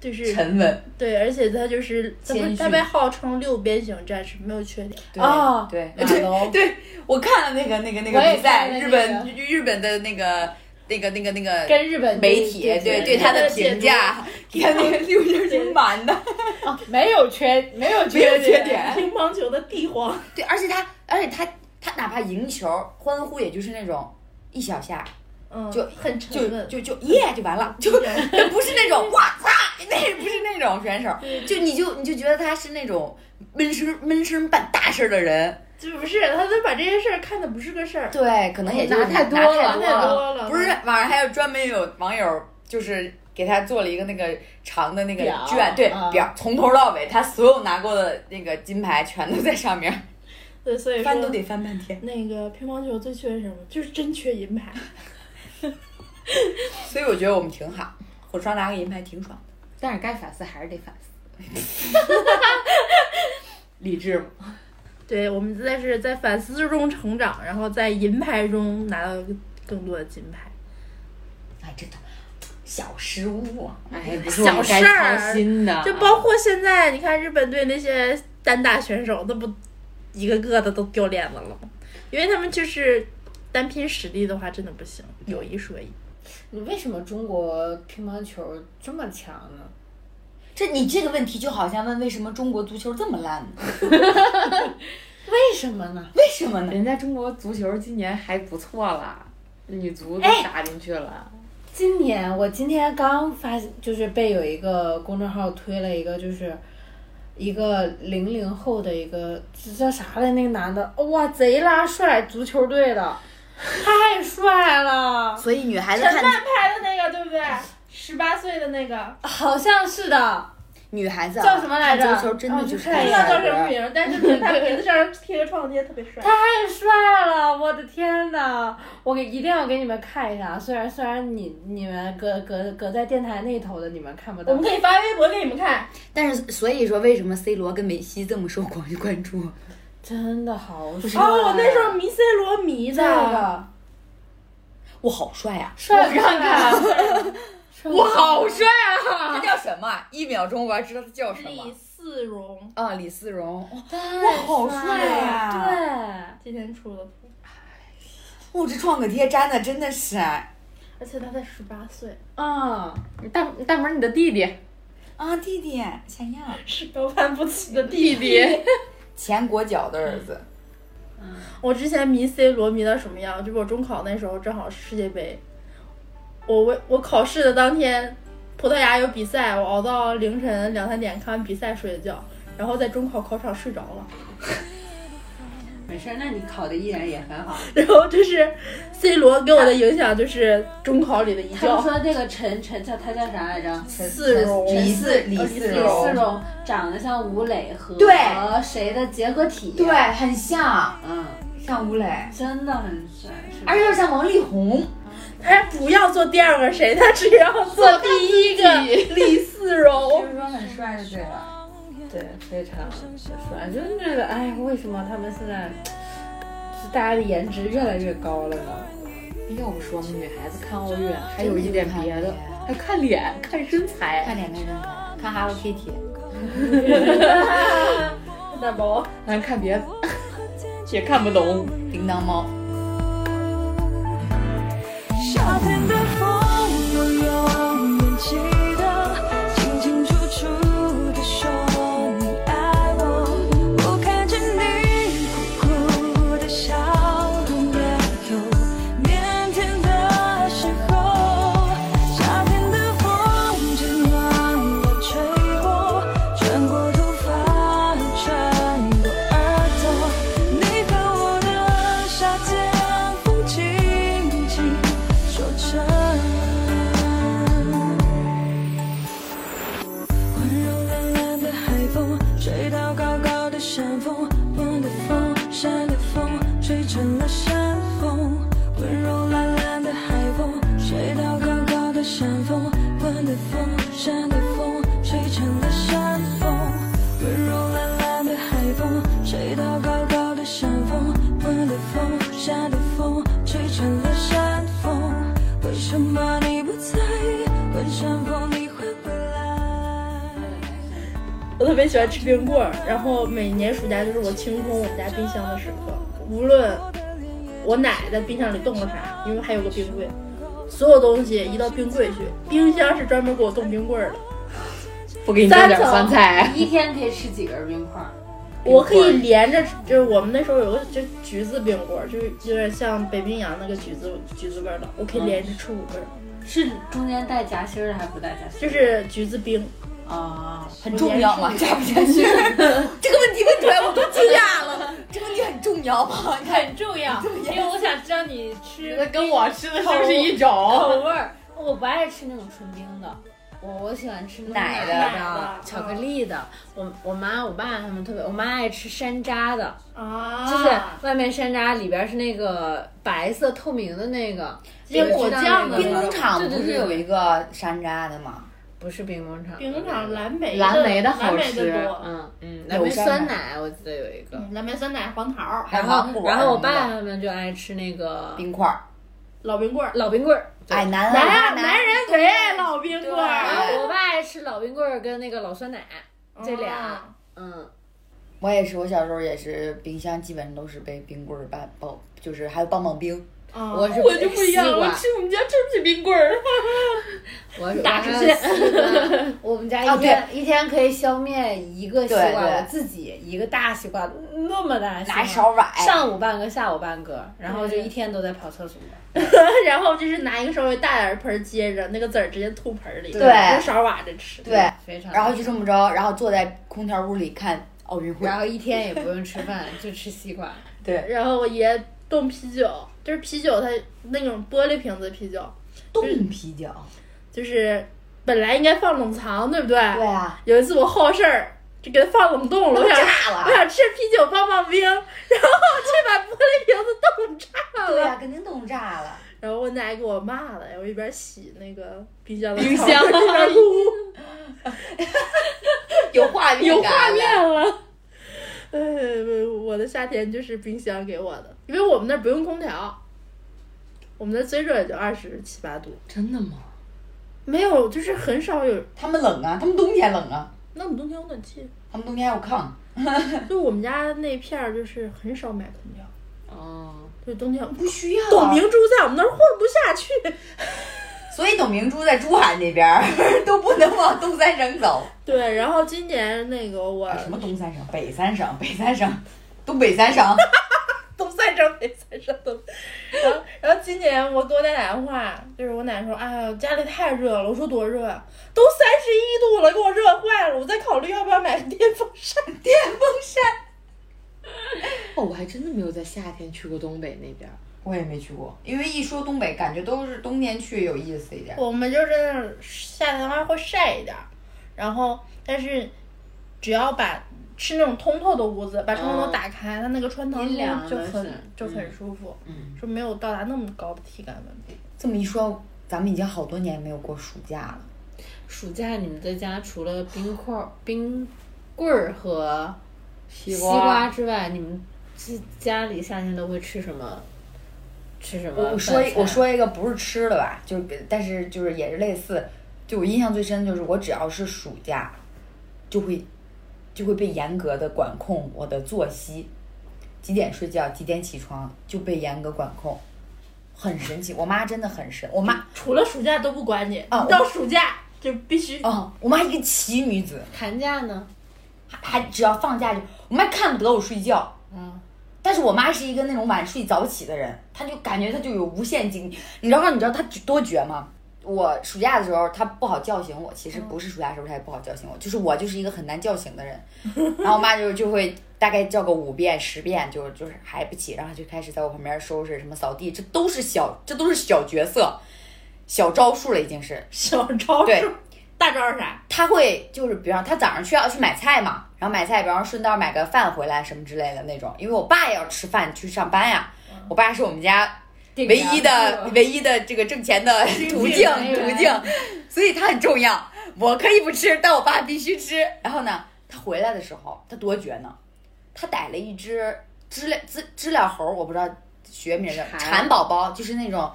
就是沉稳，对，而且他就是他谦被虚他被号称六边形战士，没有缺点。对哦 对马龙对，我看了那个那个那个我也比赛，看了那日个本日本的那个那个那个那个跟日本媒体对对他的评价，给他那个六星是满 的， 没有缺没有没有缺缺。点。乒乓球的帝皇，对，而且他而且他他哪怕赢球，欢呼也就是那种一小下，嗯，就很沉就稳，就就耶就完了，就就 不是那种哇操，那不是那种选手，就你就你就觉得他是那种闷声闷声办大事儿的人。就不是他都把这些事儿看的不是个事儿，对，可能也就是拿太多拿了太多了，不是网上还有专门有网友就是给他做了一个那个长的那个表卷，对嗯表，啊从头到尾，他所有拿过的那个金牌全都在上 面，对，所以说翻都得翻半天。那个乒乓球最缺什么？就是真缺银牌。所以我觉得我们挺好，混双拿个银牌挺爽的。但是该反思还是得反思， 理智嘛。对，我们现在是在反思中成长，然后在银牌中拿到更多的金牌。哎，真的，小失误啊。哎，不是我们该操心的，啊就包括现在，你看日本队那些单打选手，那不一个个的都掉链子了吗？因为他们就是单拼实力的话，真的不行。有一说一，你为什么中国乒乓球这么强呢？这你这个问题就好像问为什么中国足球这么烂呢？为什么呢？为什么呢？人家中国足球今年还不错啦，女足都打进去了。今年我今天刚发，就是被有一个公众号推了一个，就是一个零零后的一个这叫啥来？那个男的，哇，贼拉帅，足球队的， 太帅了，所以女孩子陈看曼拍的那个，对不对？十八岁的那个，好像是的，女孩子啊叫什么来着？看足球真的哦就去是看不一知下道叫什么名儿，但是他名字上贴个创街，特别 帅。太帅了，我的天呐，我给一定要给你们看一下，虽然虽然你你们隔隔隔在电台那头的你们看不我到们，可以发微博给你们看。但是所以说为什么 C 罗跟梅西这么受广关注？真的好帅。哦，我那时候迷 C 罗迷这的，个哇，好帅呀、帅不看看，我好帅。这叫什么？啊一秒钟我要知道他叫李四荣啊，李思荣，哇，哇，好帅啊啊呀、对，今天出的图，我这创可贴粘的真的是，啊，而且他才十八岁，嗯，大大门，你的弟弟，啊弟弟，想要 是高攀不起的弟弟。 前国脚的儿子，我之前迷 C 罗迷到什么样？就是我中考那时候正好是世界杯，我为我考试的当天，葡萄牙有比赛，我熬到凌晨两三点看完比赛睡的觉，然后在中考考场睡着了。 没事，那你考的依然也很好。然后这是 C 罗给我的影响，就是中考里的一他们觉。说那个陈陈叫他叫啥来着？陈四荣哦陈李四李李四荣，荣，长得像吴磊和对谁的结合体？对，，很像，嗯，像吴磊，真的很帅，是吧哎而且又像王力宏，他不要做第二个谁，他只要做第一个李四荣。是说很帅就对了。对，非常帅，就是那个，哎，为什么他们现在就是大家的颜值越来越高了呢？要不说嘛，女孩子看奥运还有一点别的，还看脸、 看身材。看脸看身材，看 Hello Kitty，大宝，咱看别的 也看不懂。叮当猫。夏天的风，我永远记得，清清楚楚地说你爱我。我看着你酷酷的笑容，也有腼腆的时候。夏天的风，正暖我吹过，穿过头发，穿过耳朵。你和我的夏天风轻轻说着，温柔懒懒的海风吹到高高的山峰，风的风，山的风，吹成了山风。温柔懒懒的海风吹到高高的山峰，风的风，山的风，吹成了山风。温柔懒懒的海风，吹到高高的山峰，温的风，山的风，吹成了山风。为什么你不在？问山风你会回来？我特别喜欢吃冰棍儿，然后每年暑假就是我清空我们家冰箱的时刻，无论我奶在冰箱里冻了啥，因为还有个冰柜，所有东西移到冰柜去，冰箱是专门给我冻冰棍儿的， 不给你加点酸菜，一天可以吃几根冰块？我可以连着，就是我们那时候有个就橘子冰棍儿，就是有点像北冰洋那个橘子橘子味儿的，我可以连着吃五根儿，是中间带夹心儿的还是不带夹心就儿？是橘子冰，啊，很重要吗？加不加薪？这个问题问出来我都惊讶了。这个问题很重要吗？你看，很重要，因为我想知道你吃跟我吃的是不是一种？口味儿。我不爱吃那种纯冰的，我我喜欢吃奶的的、奶的巧克力的。我我妈、我爸他们特别，我妈爱吃山楂的，啊，就是外面山楂，里边是那个白色透明的那个，冰我果知道酱的那冰个工厂对不对是对有一个山楂的吗？不是冰工厂，冰工厂蓝莓的蓝莓的好蓝莓吃的多，嗯嗯，有蓝莓山酸奶奶，我记得有一个。嗯蓝莓酸奶、黄桃儿、还有然后芒果，然后我什爸么的他们就爱吃那个冰块儿，老冰棍儿。老冰棍儿，对哎，男男男男人贼老冰棍然儿，后我爸爱吃老冰棍儿跟那个老酸奶，这啊俩，嗯，我也是，我小时候也是，冰箱基本上都是被冰棍儿拌爆，就是还有棒棒冰。啊我是我就不一样，西瓜我吃我们家吃不起冰棍儿。 我打出去 去。我们家啊哦一天一天可以消灭一个西瓜，对对我自己一个大西瓜，那么大西瓜，拿勺崴上午半个，下午半个，然后就一天都在跑厕所。 然后就是拿一个稍微大点儿的盆儿接着，那个籽儿直接吐盆儿里，对用勺挖着吃。对，非常。然后就这么着，然后坐在空调屋里看奥运会。然后一天也不用吃饭，就吃西瓜。对，然后我爷冻啤酒，就是啤酒它那种玻璃瓶子啤酒，冻啤酒。就是本来应该放冷藏，对不对？对 啊，有一次我好事儿，就给它放冷冻了，我炸想我了。想吃啤酒棒棒冰，然 后就把玻璃瓶子冻炸对了。啊，肯定冻炸了。然后我奶给我骂了，我一边洗那个冰箱的冰草箱一边哭。有画面，有画。面了。 哎，我的夏天就是冰箱给我的，因为我们那儿不用空调，我们的最热也就二十七八度，真的吗？没有，就是很少有。他们冷啊，他们冬天冷啊，那我们冬天有暖气，他们冬天还有炕。就我们家那片儿就是很少买空调，哦，就冬 天。不需要、啊。董明珠在我们那儿混不下去，所以董明珠在珠海那边儿 都不能往东三省走。对，然后今年那个我啊什么东三省？北三省， 北三省，东北三省。 都在这儿没在这儿都。然后，然后今年我给我奶打电话，就是我奶说：“哎呀，家里太热了。”我说：“多热啊，都三十一度了，给我热坏了。我在考虑要不要买个电风扇。 电风扇哦，我还真的没有在夏天去过东北那边儿。我也没去过，因为一说东北，感觉都是冬天去有意思一点。我们就是夏天的话会晒一点儿，然后但是只要把是那种通透的屋子，把窗户都嗯打开，它那个穿堂阴风凉就的很是就很嗯舒服，嗯，就没有到达那么高的体感温度。这么一说，咱们已经好多年没有过暑假了。暑假你们在家除了冰块儿、冰棍儿和西西之外，你们自家里夏天都会吃什么？吃什么我呃饭菜？啊我说一我说一个不是吃的吧，就是但是就是也是类似，就我印象最深就是我只要是暑假，就会就会被严格的管控我的作息，几点睡觉几点起床就被严格管控，很神奇。我妈真的很神，我妈除了暑假都不管你，啊一到暑假就必须哦，我妈一个奇女子，寒假呢？还只要放假就我妈看不得我睡觉。啊，但是我妈是一个那种晚睡早起的人，她就感觉她就有无限精力。你知道你知道她多绝吗？我暑假的时候她不好叫醒我，其实不是暑假的时候她也不好叫醒我，就是我就是一个很难叫醒的人。然后我妈就就会大概叫个五遍十遍，就就是还不起，然后就开始在我旁边收拾什么扫地，这都是小这都是小角色，小招数了已经是。 小招对数，大招是啥？他会就是，比方他早上需要去买菜嘛，然后买菜，比方说顺道买个饭回来什么之类的那种。因为我爸也要吃饭去上班呀，嗯我爸是我们家唯一的 唯一的这个挣钱的 经途济径来源途径，所以他很重要。我可以不吃，但我爸必须吃。然后呢，他回来的时候，他多绝呢，他逮了一只知了知知了猴，我不知道学名叫蝉蝉宝宝，就是那种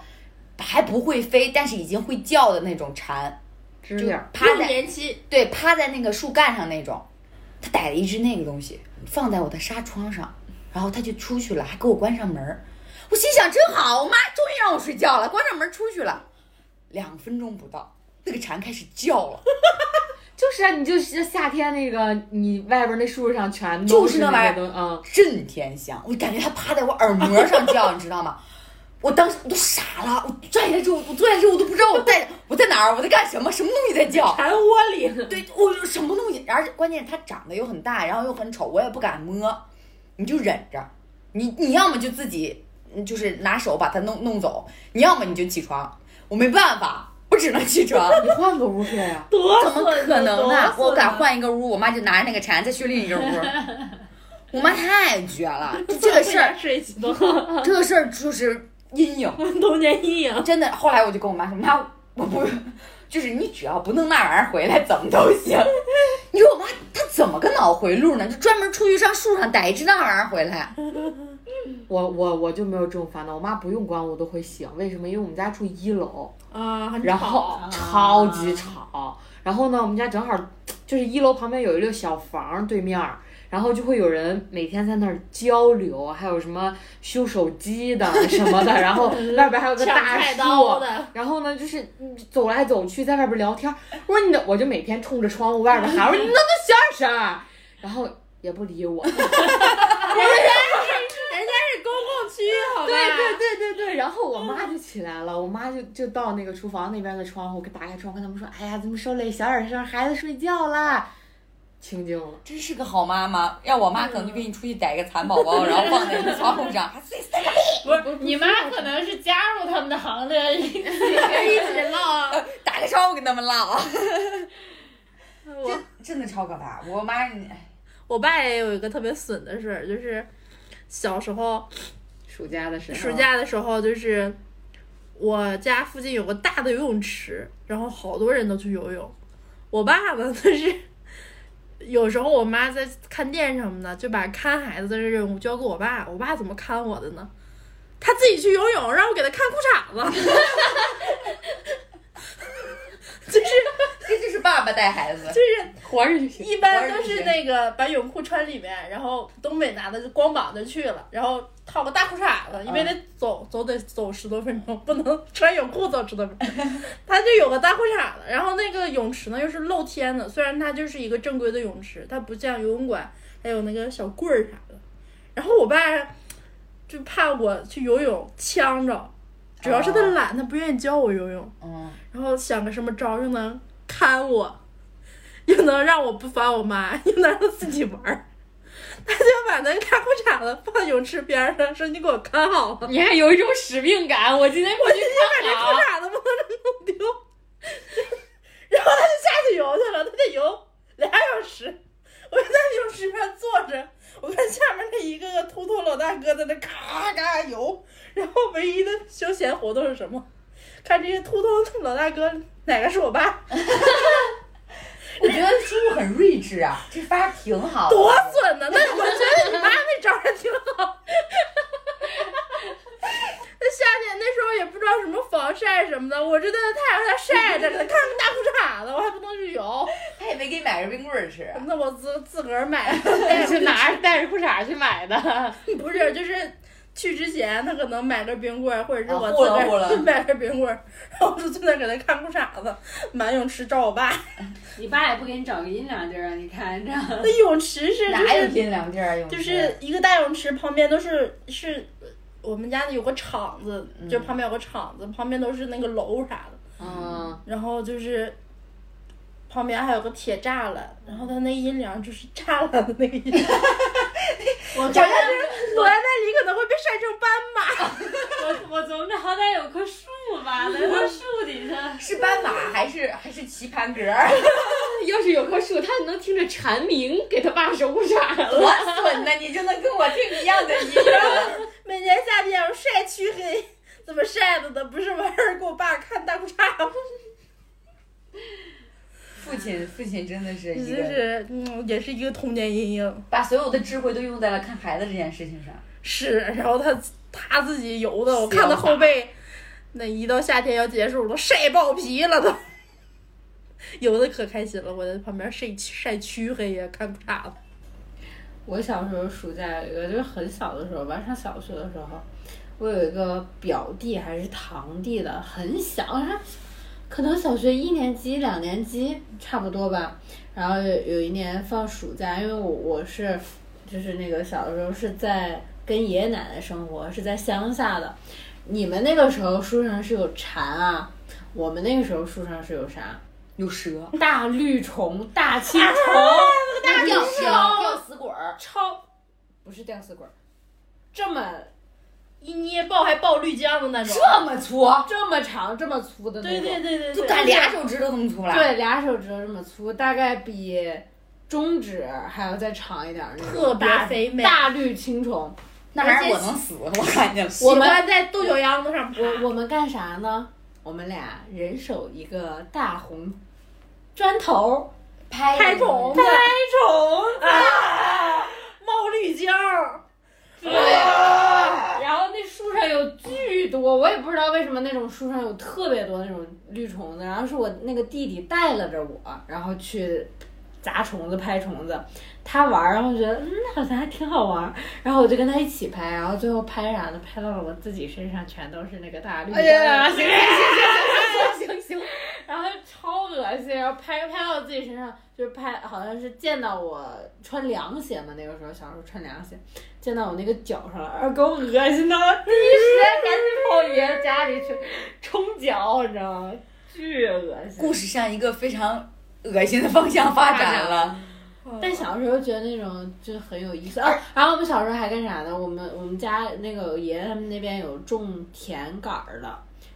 还不会飞，但是已经会叫的那种蝉，知就了，趴在幼年期对，趴在那个树干上那种。他逮了一只那个东西，放在我的纱窗上，然后他就出去了，还给我关上门儿。我心想真好，我妈终于让我睡觉了，关上门出去了。两分钟不到，那个蝉开始叫了，就是啊，你就是夏天那个，你外边那树上全就都是那那玩意儿个东嗯，震天响，我感觉它趴在我耳膜上叫，你知道吗？我当时我都傻了，我拽下之后，我坐下之后我都不知道我在我在哪儿，我在干什么，什么东西在叫。含窝里，对，我有什么东西，而且关键是它长得又很大，然后又很丑，我也不敢摸，你就忍着，你你要么就自己嗯就是拿手把它弄弄走，你要么你就起床，我没办法，我只能起床。你换个屋睡呀、多怎么损啊可能呢多？损我敢换一个屋，我妈就拿着那个铲再去另一 个屋。我妈太绝了，这个事儿，睡起多好， 这个事儿就是阴影， 童年阴影。真的。后来我就跟我妈说，妈，我不，就是你只要不弄那玩意儿回来，怎么都行。 你说我妈她怎么个脑回路呢？就专门出去上树上逮一只那玩意儿回来。我我我就没有这种烦恼，我妈不用关我都会醒，为什么？因为我们家住一楼，啊，很然后吵超级吵。然后呢，我们家正好就是一楼旁边有一溜小房，对面儿，然后就会有人每天在那儿交流，还有什么修手机的什么的， 然后外边还有个抢大菜树刀的，然后呢就是走来走去，在外边聊天儿。我说你的，我就每天冲着窗户外边喊，我说你能不能小点声儿？然后也不理我。人家是公共区，好 吧？对对对对对，然后我妈就起来了，我妈就就到那个厨房那边的窗户，给打开窗户跟他们说：“哎呀，咱们受累，小点声，孩子睡觉啦。”清静了，真是个好妈妈，要我妈可能就给你出去逮个蚕宝宝，然后放在你窗户上，还自己塞个嗯 不是你妈可能是加入他们的 行列，对，一起唠啊。呃打开窗户跟他 们唠，我真真的超可怕。我妈，哎我爸也有一个特别损的事儿，就是小时候暑假的时嗯候，暑假的时候，就是我家附近有个大的游泳池，然后好多人都去游泳。我爸呢， 就是有时候我妈在看店什么的，就把看孩子的任务交给我爸。我爸怎么看我的呢？他自己去游泳，让我给他看裤衩子， 就是这就是爸爸带孩子。就是活着就行。一般都是那个把泳裤穿里面，然后东北男的就光膀子去了，然后套个大裤衩子，因为得走走得走十多分钟，不能穿泳裤走十多分 钟。他就有个大裤衩子，然后那个泳池呢又是露天的，虽然它就是一个正规的泳池，它不像游泳馆还有那个小棍儿啥的。然后我爸就怕我去游泳呛着，主要是他懒，他不愿意教我游泳。嗯，然后想个什么招儿又能看我，又能让我不烦我妈，又能让自己玩儿。他就把那大裤衩子放泳池边儿上，说你给我看好了，你还有一种使命感，我今天过去把这裤衩子不能弄丢。然后他就下去游去了，他得游俩小时。我就在泳池边坐着，我看下面那一个个秃头老大哥在那嘎嘎游，然后唯一的休闲活动是什么？看这些秃头老大哥哪个是我爸？我觉得叔叔很睿智啊，这法儿挺好的。多损呢！那我觉得你妈那招还挺好。那夏天那时候也不知道什么防晒什么的，我这在太阳下晒着，给他看个大裤衩子，我还不能去游，他也没给你买个冰棍儿吃啊。那我自自个儿买。是拿着带着裤衩去买的，不是，就是去之前他可能买根冰棍儿，或者是啊我糊自了糊个了儿买根冰棍儿，然后我就在那给他看裤衩子，满泳池找我爸。你爸也不给你找个阴凉地儿啊让你看着。那泳池是就哪有是阴凉地儿啊？泳池就是一个大泳池，旁边都是是我们家有个场子，就旁边有个场子，旁边都是那个楼啥的，嗯，然后就是旁边还有个铁栅栏，然后它那阴凉就是栅栏的那个阴凉。 我感觉躲在那里可能会被晒成斑马，我我总得好歹有棵树 吧，在那树底下。是斑马还是还是棋盘格儿？ 要是有棵树，他能听着蝉鸣，给他爸手裤衩 了。多损呢！你就能跟我听一样的音乐。每年夏天我晒黢黑，怎么晒的呢？不是玩意儿给我爸看大裤衩吗？父亲，父亲真的是就一个是嗯，也是一个童年阴影。把所有的智慧都用在了看孩子这件事情上。是，然后他他自己游的，我潇洒看他后背，那一到夏天要结束了，晒爆皮了都，游的可开心了，我在旁边晒晒黢黑呀，看不啥了。我小时候暑假有一个，就是很小的时候吧，上小学的时候，我有一个表弟还是堂弟的，很小，他可能小学一年级、两年级差不多吧。然后有有一年放暑假，因为我我是就是那个小的时候是在跟爷爷奶奶生活，是在乡下的。你们那个时候树上是有蝉啊，我们那个时候树上是有啥？有蛇，啊大绿虫、大 青虫、大吊死吊死鬼儿，超不是吊死鬼儿，这么一捏接爆还爆绿浆的那种，这么粗，这么长这么粗的那啊对种，对对对，就对干啊俩手指头那么粗了。，对，俩手指头这么粗，大概比中指还要再长一点儿那种，特别大肥美大绿青虫。那玩意儿我能死，我看见了。我喜们欢在豆角秧子上爬，我我们干啥呢？我们俩人手一个大红砖头，拍拍虫子，拍啊虫子，冒绿浆儿，然后那树上有巨多，我也不知道为什么那种树上有特别多那种绿虫子。然后是我那个弟弟带了着我，然后去砸虫子、拍虫子，他玩儿，然后觉得嗯好像还挺好玩儿，然后我就跟他一起拍，然后最后拍啥的，拍到了我自己身上全都是那个大绿。哎呀，行行行行行行行，然后超恶心，然后拍拍到我自己身上，就是拍好像是溅到我穿凉鞋嘛，那个时候小时候穿凉鞋。溅到我那个脚上了，然后给我恶心到了，第一时间赶紧跑我爷爷家里去冲脚，你知道吗？巨恶心。故事向一个非常恶心的方向发展了。但小时候觉得那种就很有意思啊。然后我们小时候还干啥呢？我们我们家那个爷爷他们那边有种甜杆儿的，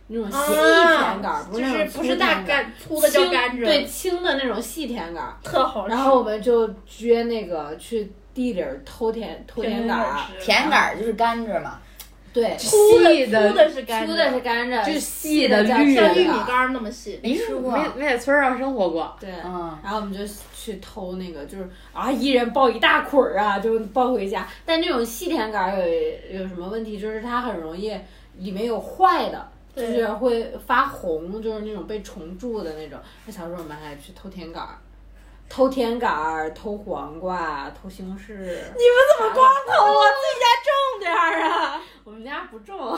那种细甜杆儿，不啊就那是种不粗是甜大杆儿，甘粗的叫青甘蔗，对，青的那种细甜杆儿。特好吃。然后我们就撅那个去地里儿偷甜偷甜甜杆儿，甜杆儿就是甘蔗嘛，对，粗的细的粗的是甘蔗，粗的是甘蔗，就是细细的叫绿甜像玉杆米儿杆儿那么细。没吃啊过。没没在村儿上生活过，对，嗯，然后我们就去偷那个，就是啊，一人抱一大捆儿啊，就抱回家。但这种细甜杆儿有有什么问题？就是它很容易里面有坏的，就对是会发红，就是那种被虫蛀的那种。那小时候我们还去偷甜杆儿，偷甜杆儿，偷黄瓜，偷西红柿。你们怎么光偷啊？自己家种点儿啊？我们家不种，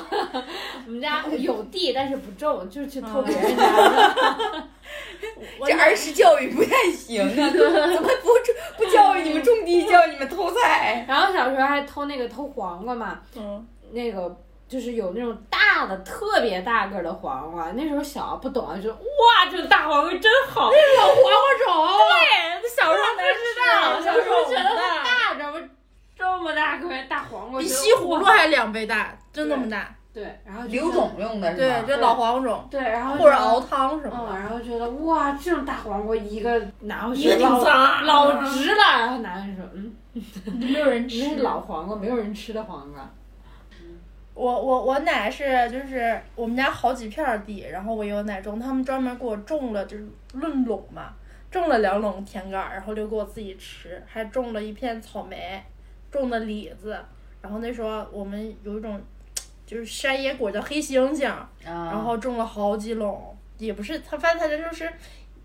我们 家有地，但是不种，就是去偷别人家的。这儿时教育不太行 啊，怎么不种不教育你们种地，教育你们偷 菜？然后小时候还偷那个偷黄瓜嘛，嗯，那个就是有那种大的、特别大个儿的黄瓜。那时候小不懂啊，就哇，这大黄瓜真好。那老黄瓜种。对，那小时候不知道，小时候觉得它大，知道吗？这么大个儿大黄瓜，比觉得西葫芦哇还两倍大，就那么大。对，然后就留种用的是对，吗？就老黄种对，然后或就者熬汤什嗯，么然后觉得哇，这种大黄瓜一个拿回的，去老脏老值了，然后拿回去说，嗯，没 有人那吃是。老黄瓜，没有人吃的黄瓜。我我我奶是就是我们家好几片儿地，然后我有奶种，他们专门给我种了，就是论垄嘛，种了两垄甜杆儿，然后留给我自己吃，还种了一片草莓，种的李子，然后那时候我们有一种就是山野果叫黑猩猩，然然后种了好几垄，也不是他，反正他就是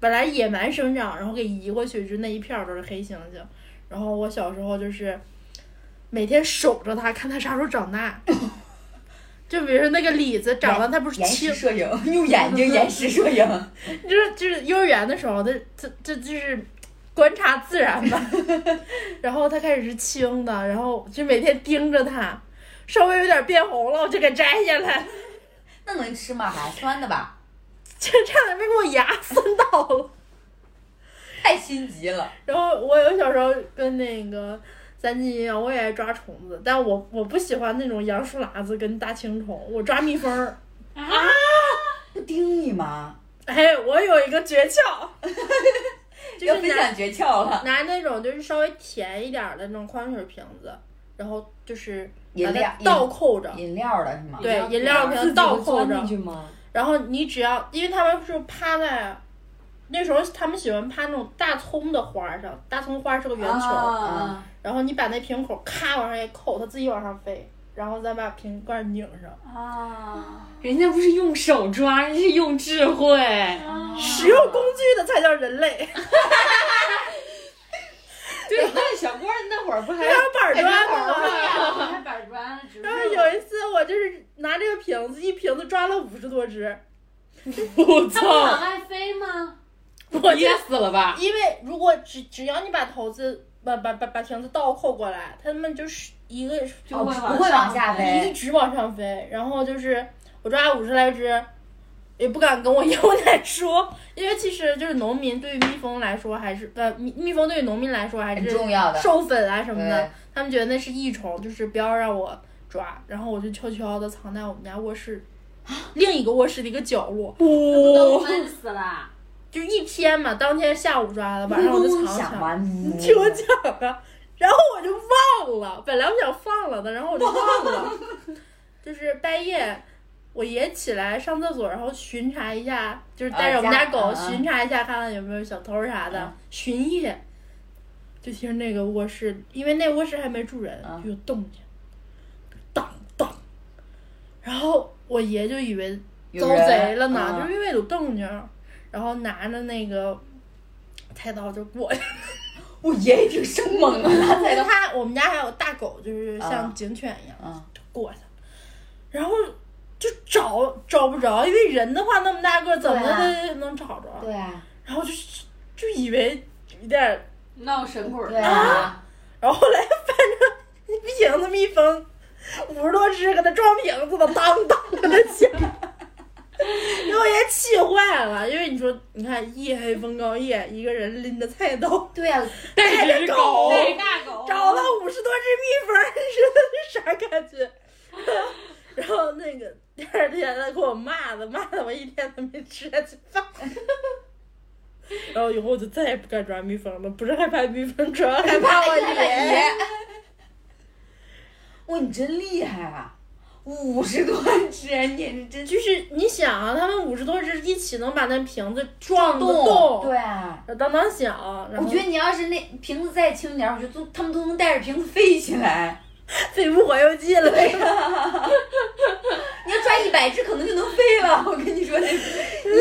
本来野蛮生长，然后给移过去，就那一片儿都是黑猩猩。然后我小时候就是每天守着它，看它啥时候长大。 就比如说那个李子长了，它不是延青时，摄影，用眼睛延时摄 影，就是就是幼儿园的时候，它它这就是观察自然吧。 然后它开始是青的，然后就每天盯着它，稍微有点变红了，我 就给摘下来，那能吃吗？还酸的吧？就差点没给我牙 酸到了。太心急了。然后我有小时候跟那个三金一样，我也爱抓虫子，但我我不喜欢那种杨树喇子跟大青虫，我抓蜜蜂儿。不盯你吗？哎，我有一个诀窍，就要是分拿享诀窍了。拿那种就是稍微甜一点儿的那种矿泉水瓶子，然后就是把饮料它倒扣着，饮料的是吗？对，饮料给啊自己它倒会扣钻着进，去吗？然后你只要，因为他们是趴在。那时候他们喜欢趴那种大葱的花儿上，大葱花儿是个圆球，啊然后你把那瓶口咔往上一扣，它自己往上飞，然后再把瓶盖拧上，啊！人家不是用手抓，人家是用智慧。啊使用工具的才叫人类。 对，那小郭那会儿不还还有板砖的吗？我还板砖了，只然后有一次我就是拿这个瓶子，一瓶子抓了五十多只，我 它不往操，外飞吗？我噎死了吧？因为如果只只要你把头子把把把把瓶子倒扣过来，它们就是一个就会不会往下一飞。直往上飞，然后就是我抓五十来只，也不敢跟我爷我奶说，因为其实就是农民对于蜜蜂来说还是呃蜜蜜蜂对于农民来说还很是重要的授粉啊什么的对，他们觉得那是益虫，就是不要让我抓，然后我就悄悄的藏在我们家卧室另一个卧室的一个角落，都闷死了。就一天嘛，当天下午抓的，晚上我就藏起来想了。完， 你听我讲啊，然后我就忘了，本来我想放了的，然后我就忘了，就是半夜。我爷起来上厕所，然后巡查一下，就是带着我们啊家家狗嗯嗯巡查一下，看看有没有小偷啥的。巡夜，就听那个卧室，因为那卧室还没住人，嗯就有动静，当当。然后我爷就以为有遭人贼了呢，嗯就是因为有动静儿，然后拿着那个菜刀就过去。 我爷爷挺生猛啊，拿菜刀，他我们家还有大狗，就是啊像警犬一样、嗯就过去了，然后就找找不着，因为人的话那么大个儿，怎么对啊的能找着？对啊，然后就就以为有点儿，闹神鬼对啊，然后后来反正瓶子密封，五十多只给它装瓶子的，当当给它响。 然后也气坏了，因为你说，你看夜黑风高夜，一个人拎着菜刀，对啊，带着狗，大哦狗找了五十多只蜜蜂儿， 你说这啥感觉？ 然后那个第二天他给我骂的，骂的我一天都没吃下去饭。 然后以后我就再也不敢抓蜜蜂了，不是害怕蜜蜂，主要害怕我爷。 哇，你真厉害啊，五十多只，你也是真就是你想啊，他们五十多只一起能把那瓶子撞个洞洞，对啊。然后当当响。然我后觉得你要是那瓶子再轻点儿，我觉得都他们都能带着瓶子飞起来。肺部环游记了，你要抓一百只，可能就能飞了。 我跟你说，这你你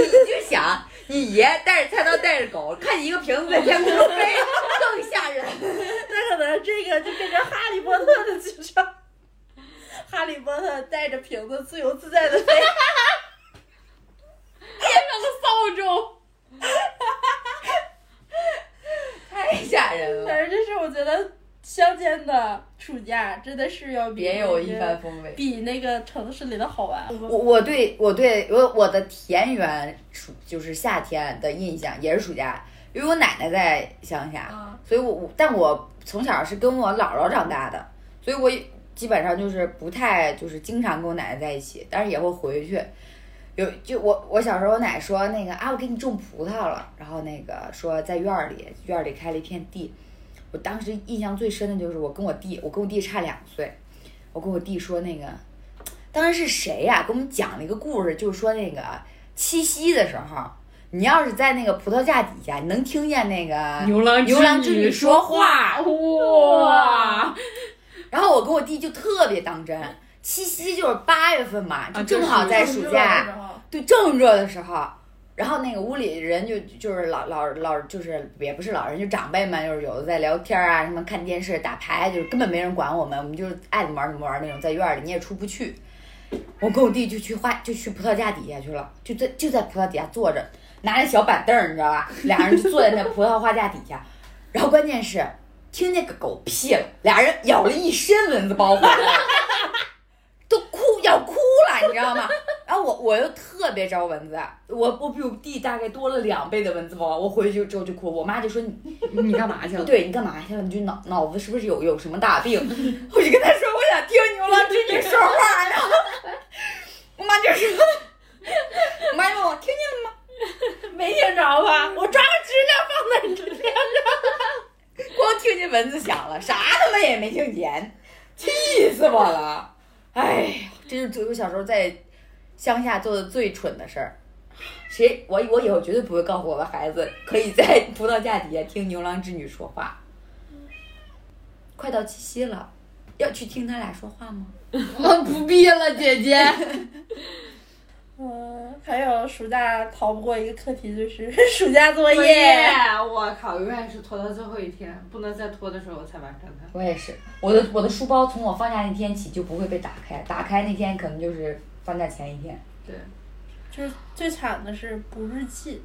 就想，你爷带着菜刀带着狗，看见一个瓶子在天空中飞， 更吓人。那可能这个就变成哈利波特的剧照。哈利波特带着瓶子自由自在的飞。扫帚，太 吓人了，反正这是我觉得乡间的暑假真的是要比别有一番风味。比那个城市里的好玩。我我对我对我我的田园暑就是夏天的印象也是暑假，因为我奶奶在乡下，啊所以我我但我从小是跟我姥姥长大的，所以我基本上就是不太就是经常跟我奶奶在一起，但是也会回去。有就我我小时候，我奶说那个啊，我给你种葡萄了，然后那个说在院儿里，院儿里开了一片地。我当时印象最深的就是我跟我弟，我跟我弟差两岁，我跟我弟说那个，当时是谁呀、给我们讲了一个故事，就是说那个七夕的时候，你要是在那个葡萄架底下，你能听见那个牛郎牛郎织女女说话，话。哇，然后我跟我弟就特别当真，七夕就是八月份嘛，就啊就正好是在正暑热假。的时候对，正热的时候，然后那个屋里人就就是老老老就是也不是老人，就长辈们，就是有的在聊天啊，什么看电视、打牌，就是根本没人管我们，我们就是爱怎么玩怎么玩那种，在院儿里你也出不去。我跟我弟就去花就去葡萄架底下去了，就在就在葡萄底下坐着，拿着小板凳儿，你知道吧？俩人就坐在那葡萄花架底下，然后关键是听见个狗屁了，俩人咬了一身蚊子包回来。都哭要哭了，你知道吗？然后我我又特别招蚊子，我我比我弟大概多了两倍的蚊子包，我回去之后就哭，我妈就说你你干嘛去了？对你干嘛去了？你就脑脑子是不是有有什么大 病？我就跟她说我想听牛郎织女说话， 然后我妈就说，我妈就问我听见了吗？ 嗯没听着吧？我抓个知了放在你这边。 光听见蚊子响了，啥他妈也没听见，气死我了！哎，这是最我小时候在乡下做的最蠢的事儿。谁我我以后绝对不会告诉我的孩子，可以在 葡萄架底下听牛郎织女说话。快到七夕了，要去听他俩说话吗？不必了，姐姐。嗯，还有暑假逃不过一个课题就是 暑假作业。我靠，永远是拖到最后一天，不能再拖的时候我才完成它。我也是，我的我的书包从我放假那天起就不会被打开，打开那天可能就是放假前一天。对，就是最惨的是补日记，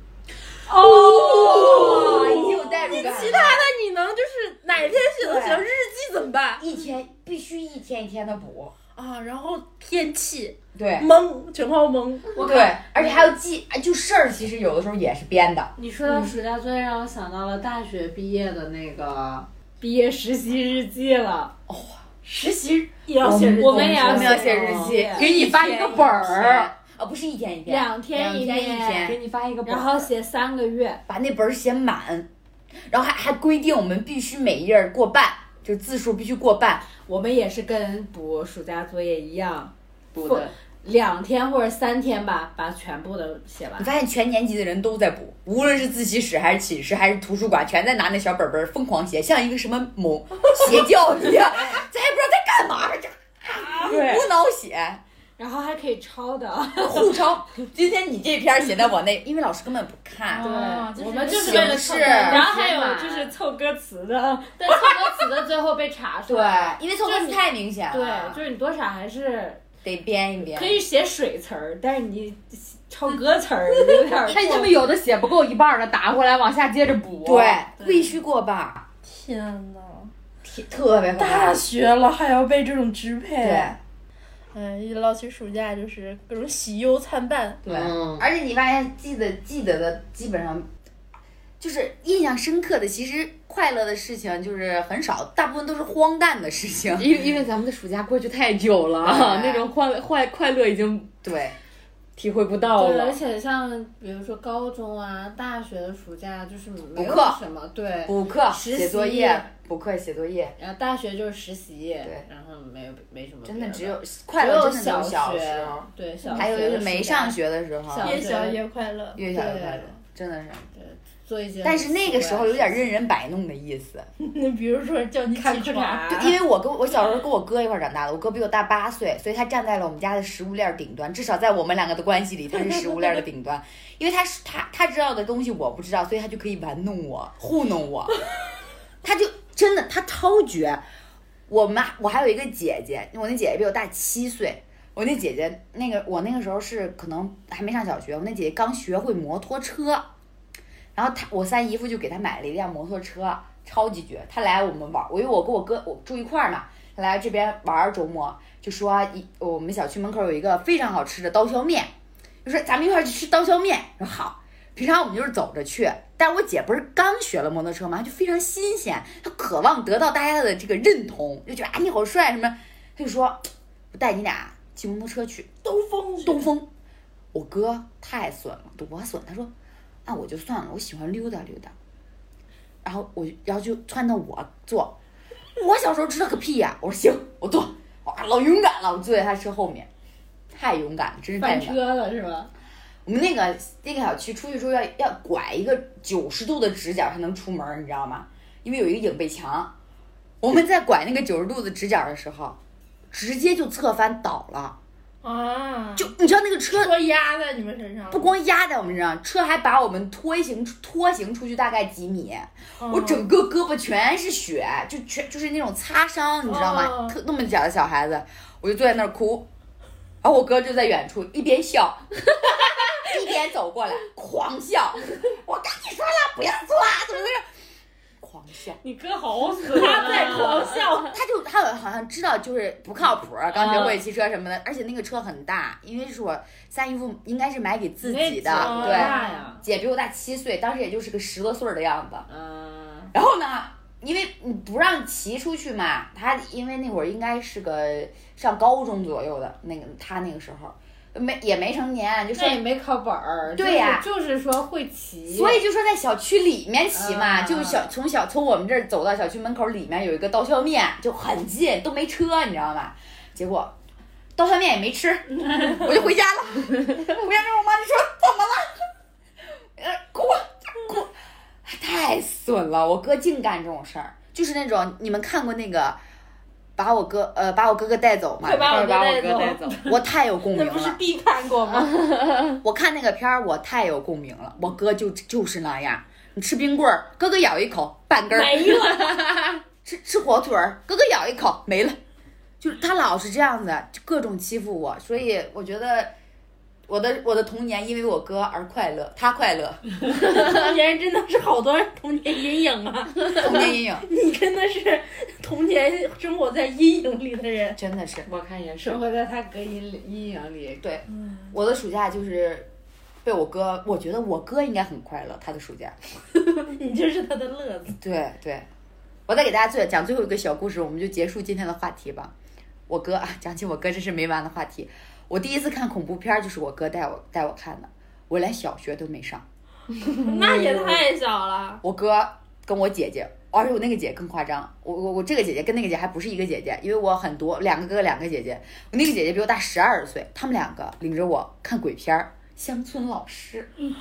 哦，已经有代入感了。其他的你能就是哪天写都行，对日记怎么办一天必须一天一天的补。啊？然后天气对，懵，全靠懵。对，而且还要记，哎就事儿其实有的时候也是编的。你说到暑假作业，让我想到了大学毕业的那个毕业实习日记了。哦，实习也要我写日们记，我们也要我们要写日记，给你发一个本儿，啊，不是一天一天，两天一一天天，给你发一个本然后儿。写三个月，把那本儿写满，然后还还规定我们必须每页儿过半，就字数必须过半。我们也是跟补暑假作业一样，补的两天或者三天吧，把全部的写完你。发现全年级的人都在补，无论是自习室还是寝室还是图书馆，全在拿那小本本儿疯狂写，像一个什么某邪教一样，咱也不知道在干嘛，这对无脑写。然后还可以抄的，互抄，今天你这篇儿写在我那，因为老师根本不看。啊就是我们就是哦形为了凑式歌然后还写有满就是凑歌词的，对，凑歌词的最后被查出对来。，因为凑合就是太明显对，了，就是你多少还是得编一编。可以写水词儿，但是你抄歌词儿有 点儿看他们有的写不够一半儿的，打回来往下接着补。对，必须过半儿，天呐，特别可怕大。学了还要被这种支配，对哎，一唠起暑假就是各种喜忧参半，对嗯，而且你发现记得记得的基本上，就是印象深刻的，其实快乐的事情就是很少，大部分都是荒诞的事情。 因为因为咱们的暑假过去太久了，对那种快快快乐已经对，体会不到对，而了。且像比如说高中啊、大学的暑假，就是没补有课什么对，补课、实写作习业、补课、写作业，然后大学就是实习，对然后没有没什么别真的只有只快乐，有真的只有小学时候，，对，小还有学就的是暑没假上学的时候小，越想越快乐。越想越快乐对，真的是。做一些，但是那个时候有 点任人摆弄的意思，那比如说叫你看起裤床，衩，就因为我跟我小时候跟我哥一块儿长大的，我哥比我大八岁，所以他站在了我们家的食物链儿顶端，至少在我们两个的关系里，他是食物链儿的顶端，因为他是他他知道的东西我不知道，所以他就可以玩弄我、糊弄我，他就真的他超绝。我妈，我还有一个姐姐，我那姐姐比我大七岁。我那姐姐，那个我那个时候是可能还没上小学，我那姐姐刚学会摩托车，然后她我三姨夫就给她买了一辆摩托车，超级绝。她来我们玩儿，我因为我跟我哥我住一块儿嘛，她来这边玩儿周末就说一我们小区门口有一个非常好吃的刀削面，就说咱们一块儿去吃刀削面。我说好，平常我们就是走着去，但我姐不是刚学了摩托车嘛，她就非常新鲜，她渴望得到大家的这个认同，就觉得啊你好帅什么，她就说我带你俩骑摩托车去兜风去兜风。我哥太损了，多损！他说那我就算了，我喜欢溜达溜达。然后我，然后就撺掇我坐。我小时候知道个屁呀、我说行，我坐。哇，老勇敢了，我坐在他车后面，太勇敢了，真是太翻勇敢了。车了是吧？我们那个那个小区出去之后要要拐一个九十度的直角才能出门，你知道吗？因为有一个影背墙。我们在拐那个九十度的直角的时候，直接就侧翻倒了。啊，就你知道那个车说压在你们身上，不光压在我们身上，车还把我们拖行拖行出去大概几米。嗯我整个胳膊全是血，就全就是那种擦伤，你知道吗？哦嗯特那么小的小孩子，我就坐在那儿哭，然后我哥就在远处一边笑， 一边走过来狂笑。我跟你说了，不要坐啊，怎么回事？狂笑，你哥 好损啊，他 在狂笑，他就他好像知道就是不靠谱，嗯刚学会骑车什么的，而且那个车很大，因为是我三姨夫应该是买给自己的，哎那对，大啊呀，姐比我大七岁，当时也就是个十多岁儿的样子。嗯，然后呢，因为你不让骑出去嘛，他因为那会儿应该是个上高中左右的那个，他那个时候没也没成年，就说那也没考本儿，对呀就是就是说会骑，所以就说在小区里面骑嗯嘛，啊就是小从小从我们这儿走到小区门口里面有一个刀削面，就很近，都没车，你知道吗？结果刀削面也 没吃，我就回家了。回家之后，我妈就说怎么了？呃，哭哭，啊太损了！我哥净干这种事儿，就是那种你们看过那个。把我哥呃，把我哥哥带走嘛，快把快我把我带哥带走， 我太有共鸣那不是了。必看过吗？我看那个片儿，我太有共鸣了。我哥就就是那样，你吃冰棍儿，哥哥咬一口，半哎根儿；没了，吃吃火腿儿，哥哥咬一口，没了。就是他老是这样子，就各种欺负我，所以我觉得我的我的童年因为我哥而快乐，他快乐，童年真的是好多人童年阴影啊！童年阴影你真的是童年生活在阴影里的人，真的是。我看也是生。活在他隔音里阴影里，对，我的暑假就是被我哥，我 觉得我哥应该很快乐，他的暑假。你就是他的乐子。对对，我再给大家最讲最后一个小故事，我们就结束今天的话题吧。我哥啊，讲起我哥这是没完的话题。我第一次看恐怖片儿就是我哥带我带我看的，我连小学都没上。嗯那也太小了。我哥跟我姐姐，而且我那个姐更夸张，我我我这个姐姐跟那个姐还不是一个姐姐，因为我很多两个哥哥两个姐姐，我那个姐姐比我大十二岁，他们两个领着我看鬼片儿，乡村老师。嗯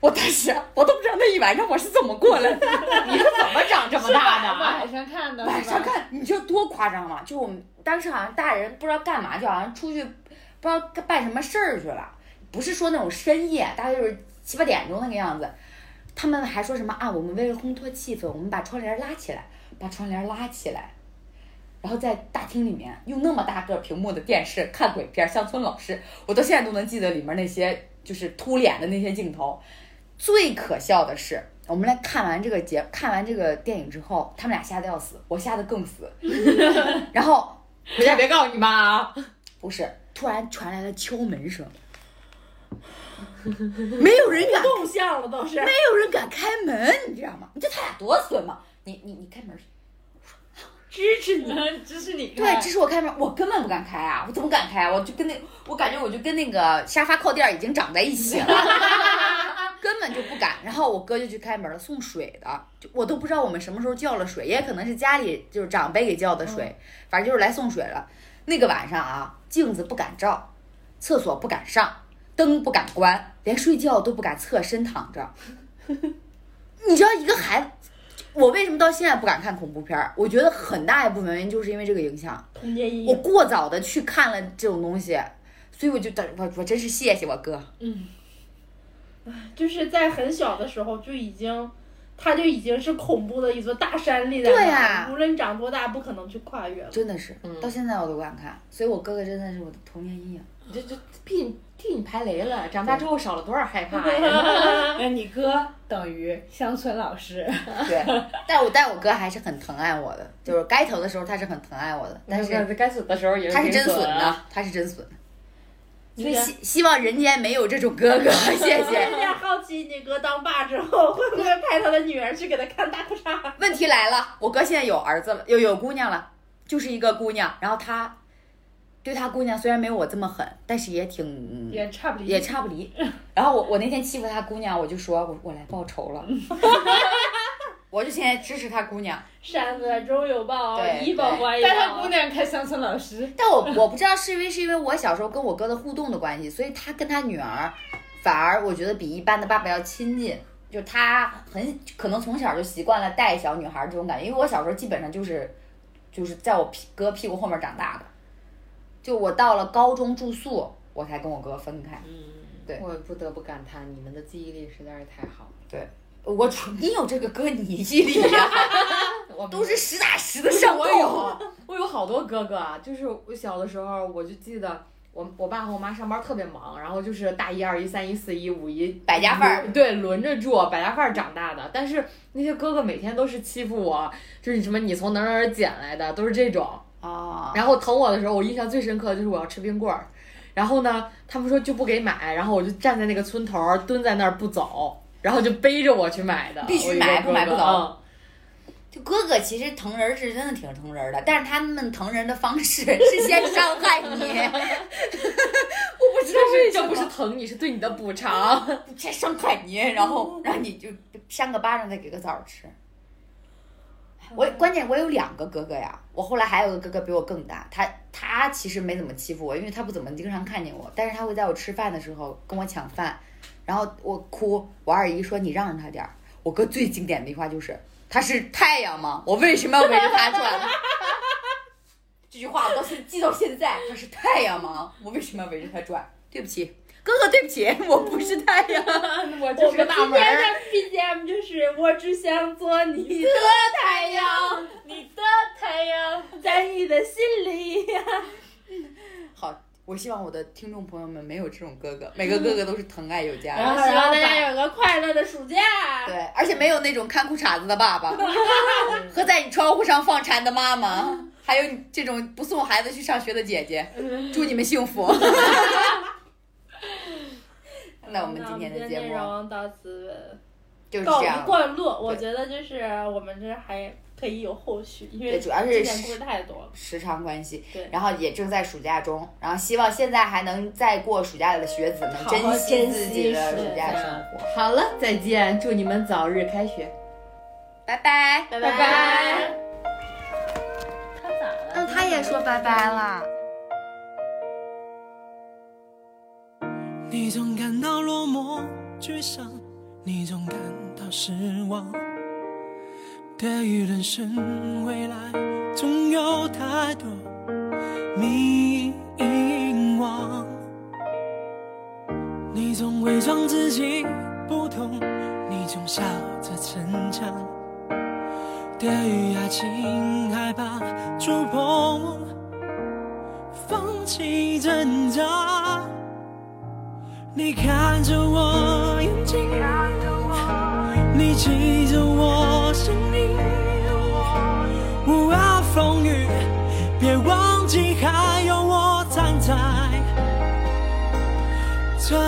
我当时我都不知道那一晚上我是怎么过来的，你是怎么长这 么大的？晚上看的，晚上看，你知道多夸张吗？就我们当时好像大人不知道干嘛，就好像出去不知道办什么事儿去了，不是说那种深夜，大概就是七八点钟那个样子。他们还说什么啊？我们为了烘托气氛，我们把窗帘拉起来，把窗帘拉起来，然后在大厅里面用那么大个屏幕的电视看鬼片，《乡村老师》，我到现在都能记得里面那些就是秃脸的那些镜头。最可笑的是，我们来看完这个节，看完这个电影之后，他们俩吓得要死，我吓得 更死。然后回家别告诉你妈 啊！不是，突然传来了敲门声，没 有人敢，动向了都是。没有人敢开门，你知道吗？你知道他俩多损吗？你你你开门，支持你，支持你。对，这是我开门，我根本不敢开啊！我怎么敢开啊？我就跟那，我感觉我就跟那个沙发靠垫已经长在一起了， 根本就不敢。然后我哥就去开门了，送水的，就我都不知道我们什么时候叫了水，也可能是家里就是长辈给叫的水，反正就是来送水了。那个晚上啊，镜子不敢照，厕所不敢上，灯不敢关，连睡觉都不敢侧身躺着。你知道一个孩子，我为什么到现在不敢看恐怖片儿？我觉得很大一部分原因就是因为这个影响。童年阴我影。过早的去看了这种东西，所以我就等我我真是谢谢我哥。就是在很小的时候就已经，它就已经是恐怖的一座大山立在对那呀儿，无论你长多大，不可能去跨越 了。真的是，到现在我都不敢看，所以我哥哥真的是我的童年阴影。你这这替你替你排雷了，长大之后少了多少害怕 呀！那你哥等于乡村老师，对，但我但我哥还是很疼爱我的，就是该疼的时候他是很疼爱我的，但是该损啊的时候也他是真损的。的，他是真损的。所你以这希希望人间没有这种哥 哥，谢我有谢。点好奇，你哥当爸之后会不会派他的女儿去给他看大裤衩？问题来了，我哥现在有儿子了，有有姑娘了，就是一个姑娘，然后他对他姑娘虽然没有我这么狠，但是也挺也差不离，也差 不离。然后我我那天欺负他姑娘，我就说我我来报仇了， 我就现在支持他姑娘。山恶中有报，对以保对还一带他报姑。娘看乡村老师，但我我不知道是因为是因为我小时候跟我哥的互动的关系，所以他跟他女儿反而我觉得比一般的爸爸要亲近。就他很可能从小就习惯了带小女孩这种感觉，因为我小时候基本上就是就是在我屁哥屁股后面长大的，就我到了高中住宿，我才跟我哥分开。我不得不感叹你们的记忆力实在是太好了。对，我主你有这个哥，你毅力呀、 我都是实打实的上我供。有，啊我有好多哥哥啊，就是我小的时候，我就记得我我爸和我妈上班特别忙，然后就是大一、二一、三一、四一、五一百家饭儿，对，轮着住百家饭儿长大的。但是那些哥哥每天都是欺负我，就是什么你从哪儿哪儿哪儿捡来的，都是这种。啊，然后疼我的时候，我印象最深刻的就是我要吃冰棍儿，然后呢，他们说就不给买，然后我就站在那个村头儿蹲在那儿不走，然后就背着我去买的，必须我一个买不哥买哥嗯不走。就哥哥其实疼人是真的挺疼人的，但是他们疼人的方式是先伤害你，嗯但是这不是疼你，是对你的补偿。先伤害你，然后让你就扇个巴掌再给个枣儿吃。我关键我有两个哥哥呀，我后来还有个哥哥比我更大，他他其实没怎么欺负我，因为他不怎么经常看见我，但是他会在我吃饭的时候跟我抢饭，然后我哭，我二姨说你让着他点儿。我哥最经典的一句话就是他是太阳吗？我为什么要围着他转？ 这句话我到现记到现在，他是太阳吗？我为什么要围着他转？对不起，哥哥，对不起，我不是太阳， 我就是个大今门天儿的。BGM 就是我只想做你的太阳，你的太阳在你的心里。好，我希望我的听众朋友们没有这种哥哥，每个哥哥都是疼爱有加。 然后希望大家有个快乐的暑假。对，而且没有那种看裤衩子的爸 爸，和在你窗户上放蝉的妈妈，还有你这种不送孩子去上学的姐姐，祝你们幸 福。那我们今天的节内目容到此就是告这一样。贯落。我觉得就是我们这还可以有后续，因为对主要是之前故事太多了。时长关系，对然后也正在暑假中，然后希望现在还能再过暑假的学子们好好惜珍自惜己的暑暑假假生活。好了，再见，祝你们早日开学。拜拜。拜拜。他咋了？那嗯他也说拜拜了。你总感到落寞、沮丧，你总感到失望。对于人生未来，总有太多迷惘。你总伪装自己不懂，你总笑着逞强。对于爱情，害怕触碰，放弃挣扎。你看着我眼睛，你记着我声音。无论风雨，别忘记还有我站在这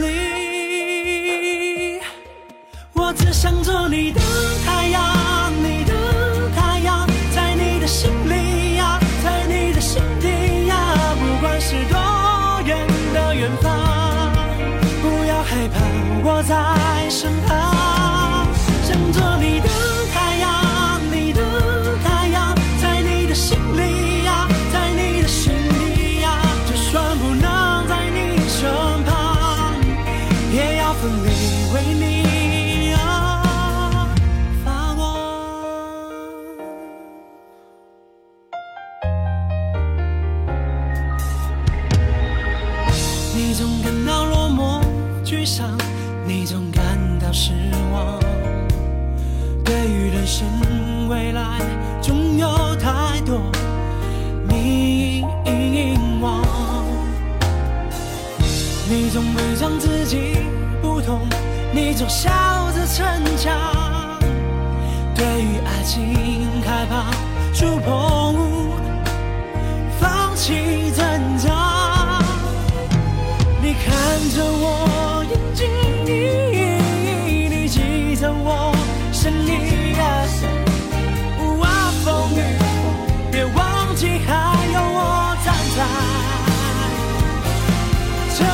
里。我只想做你的太阳，你的太阳，在你的心里呀，在你的心底呀，不管是多远的远方，不要害怕，我在身旁。想做你的太阳，你的太阳，在你的心里呀，在你的心里呀，就算不能在你身旁，也要奋力为你而发光。你总感到落寞、沮丧，你总感到失望。对于人生未来，总有太多迷惘。你总伪装自己不懂，你总笑着逞强。对于爱情，害怕触碰，放弃挣扎。你看着我眼睛，你你记着我声音啊，无论风雨，别忘记还有我站在这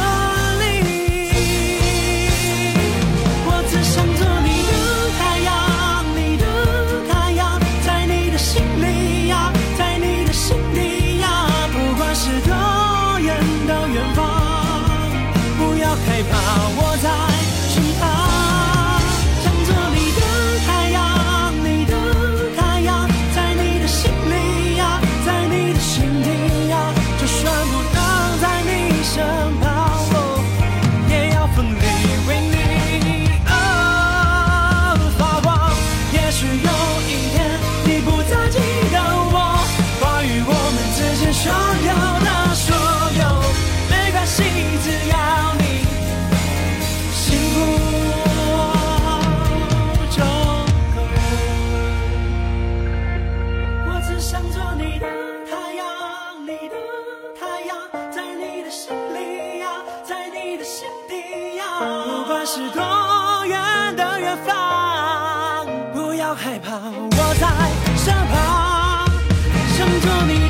里。我只想做你的太阳，你的太阳，在你的心里呀，在你的心里呀，不管是多远的远方，不要害怕，我在身旁。想做你的太阳，你的太阳，在你的心里呀，在你的心底呀，就算不能在你身旁。哦也要奋力为你而发光。也许有一天你不再记得我，关于我们之间所有的所有，没关系，只要你幸福就够。我只想做你的太阳，你的太阳，在你的心里呀，在你的心底呀。不管是多远的远方，不要害怕，我在身旁。想做你的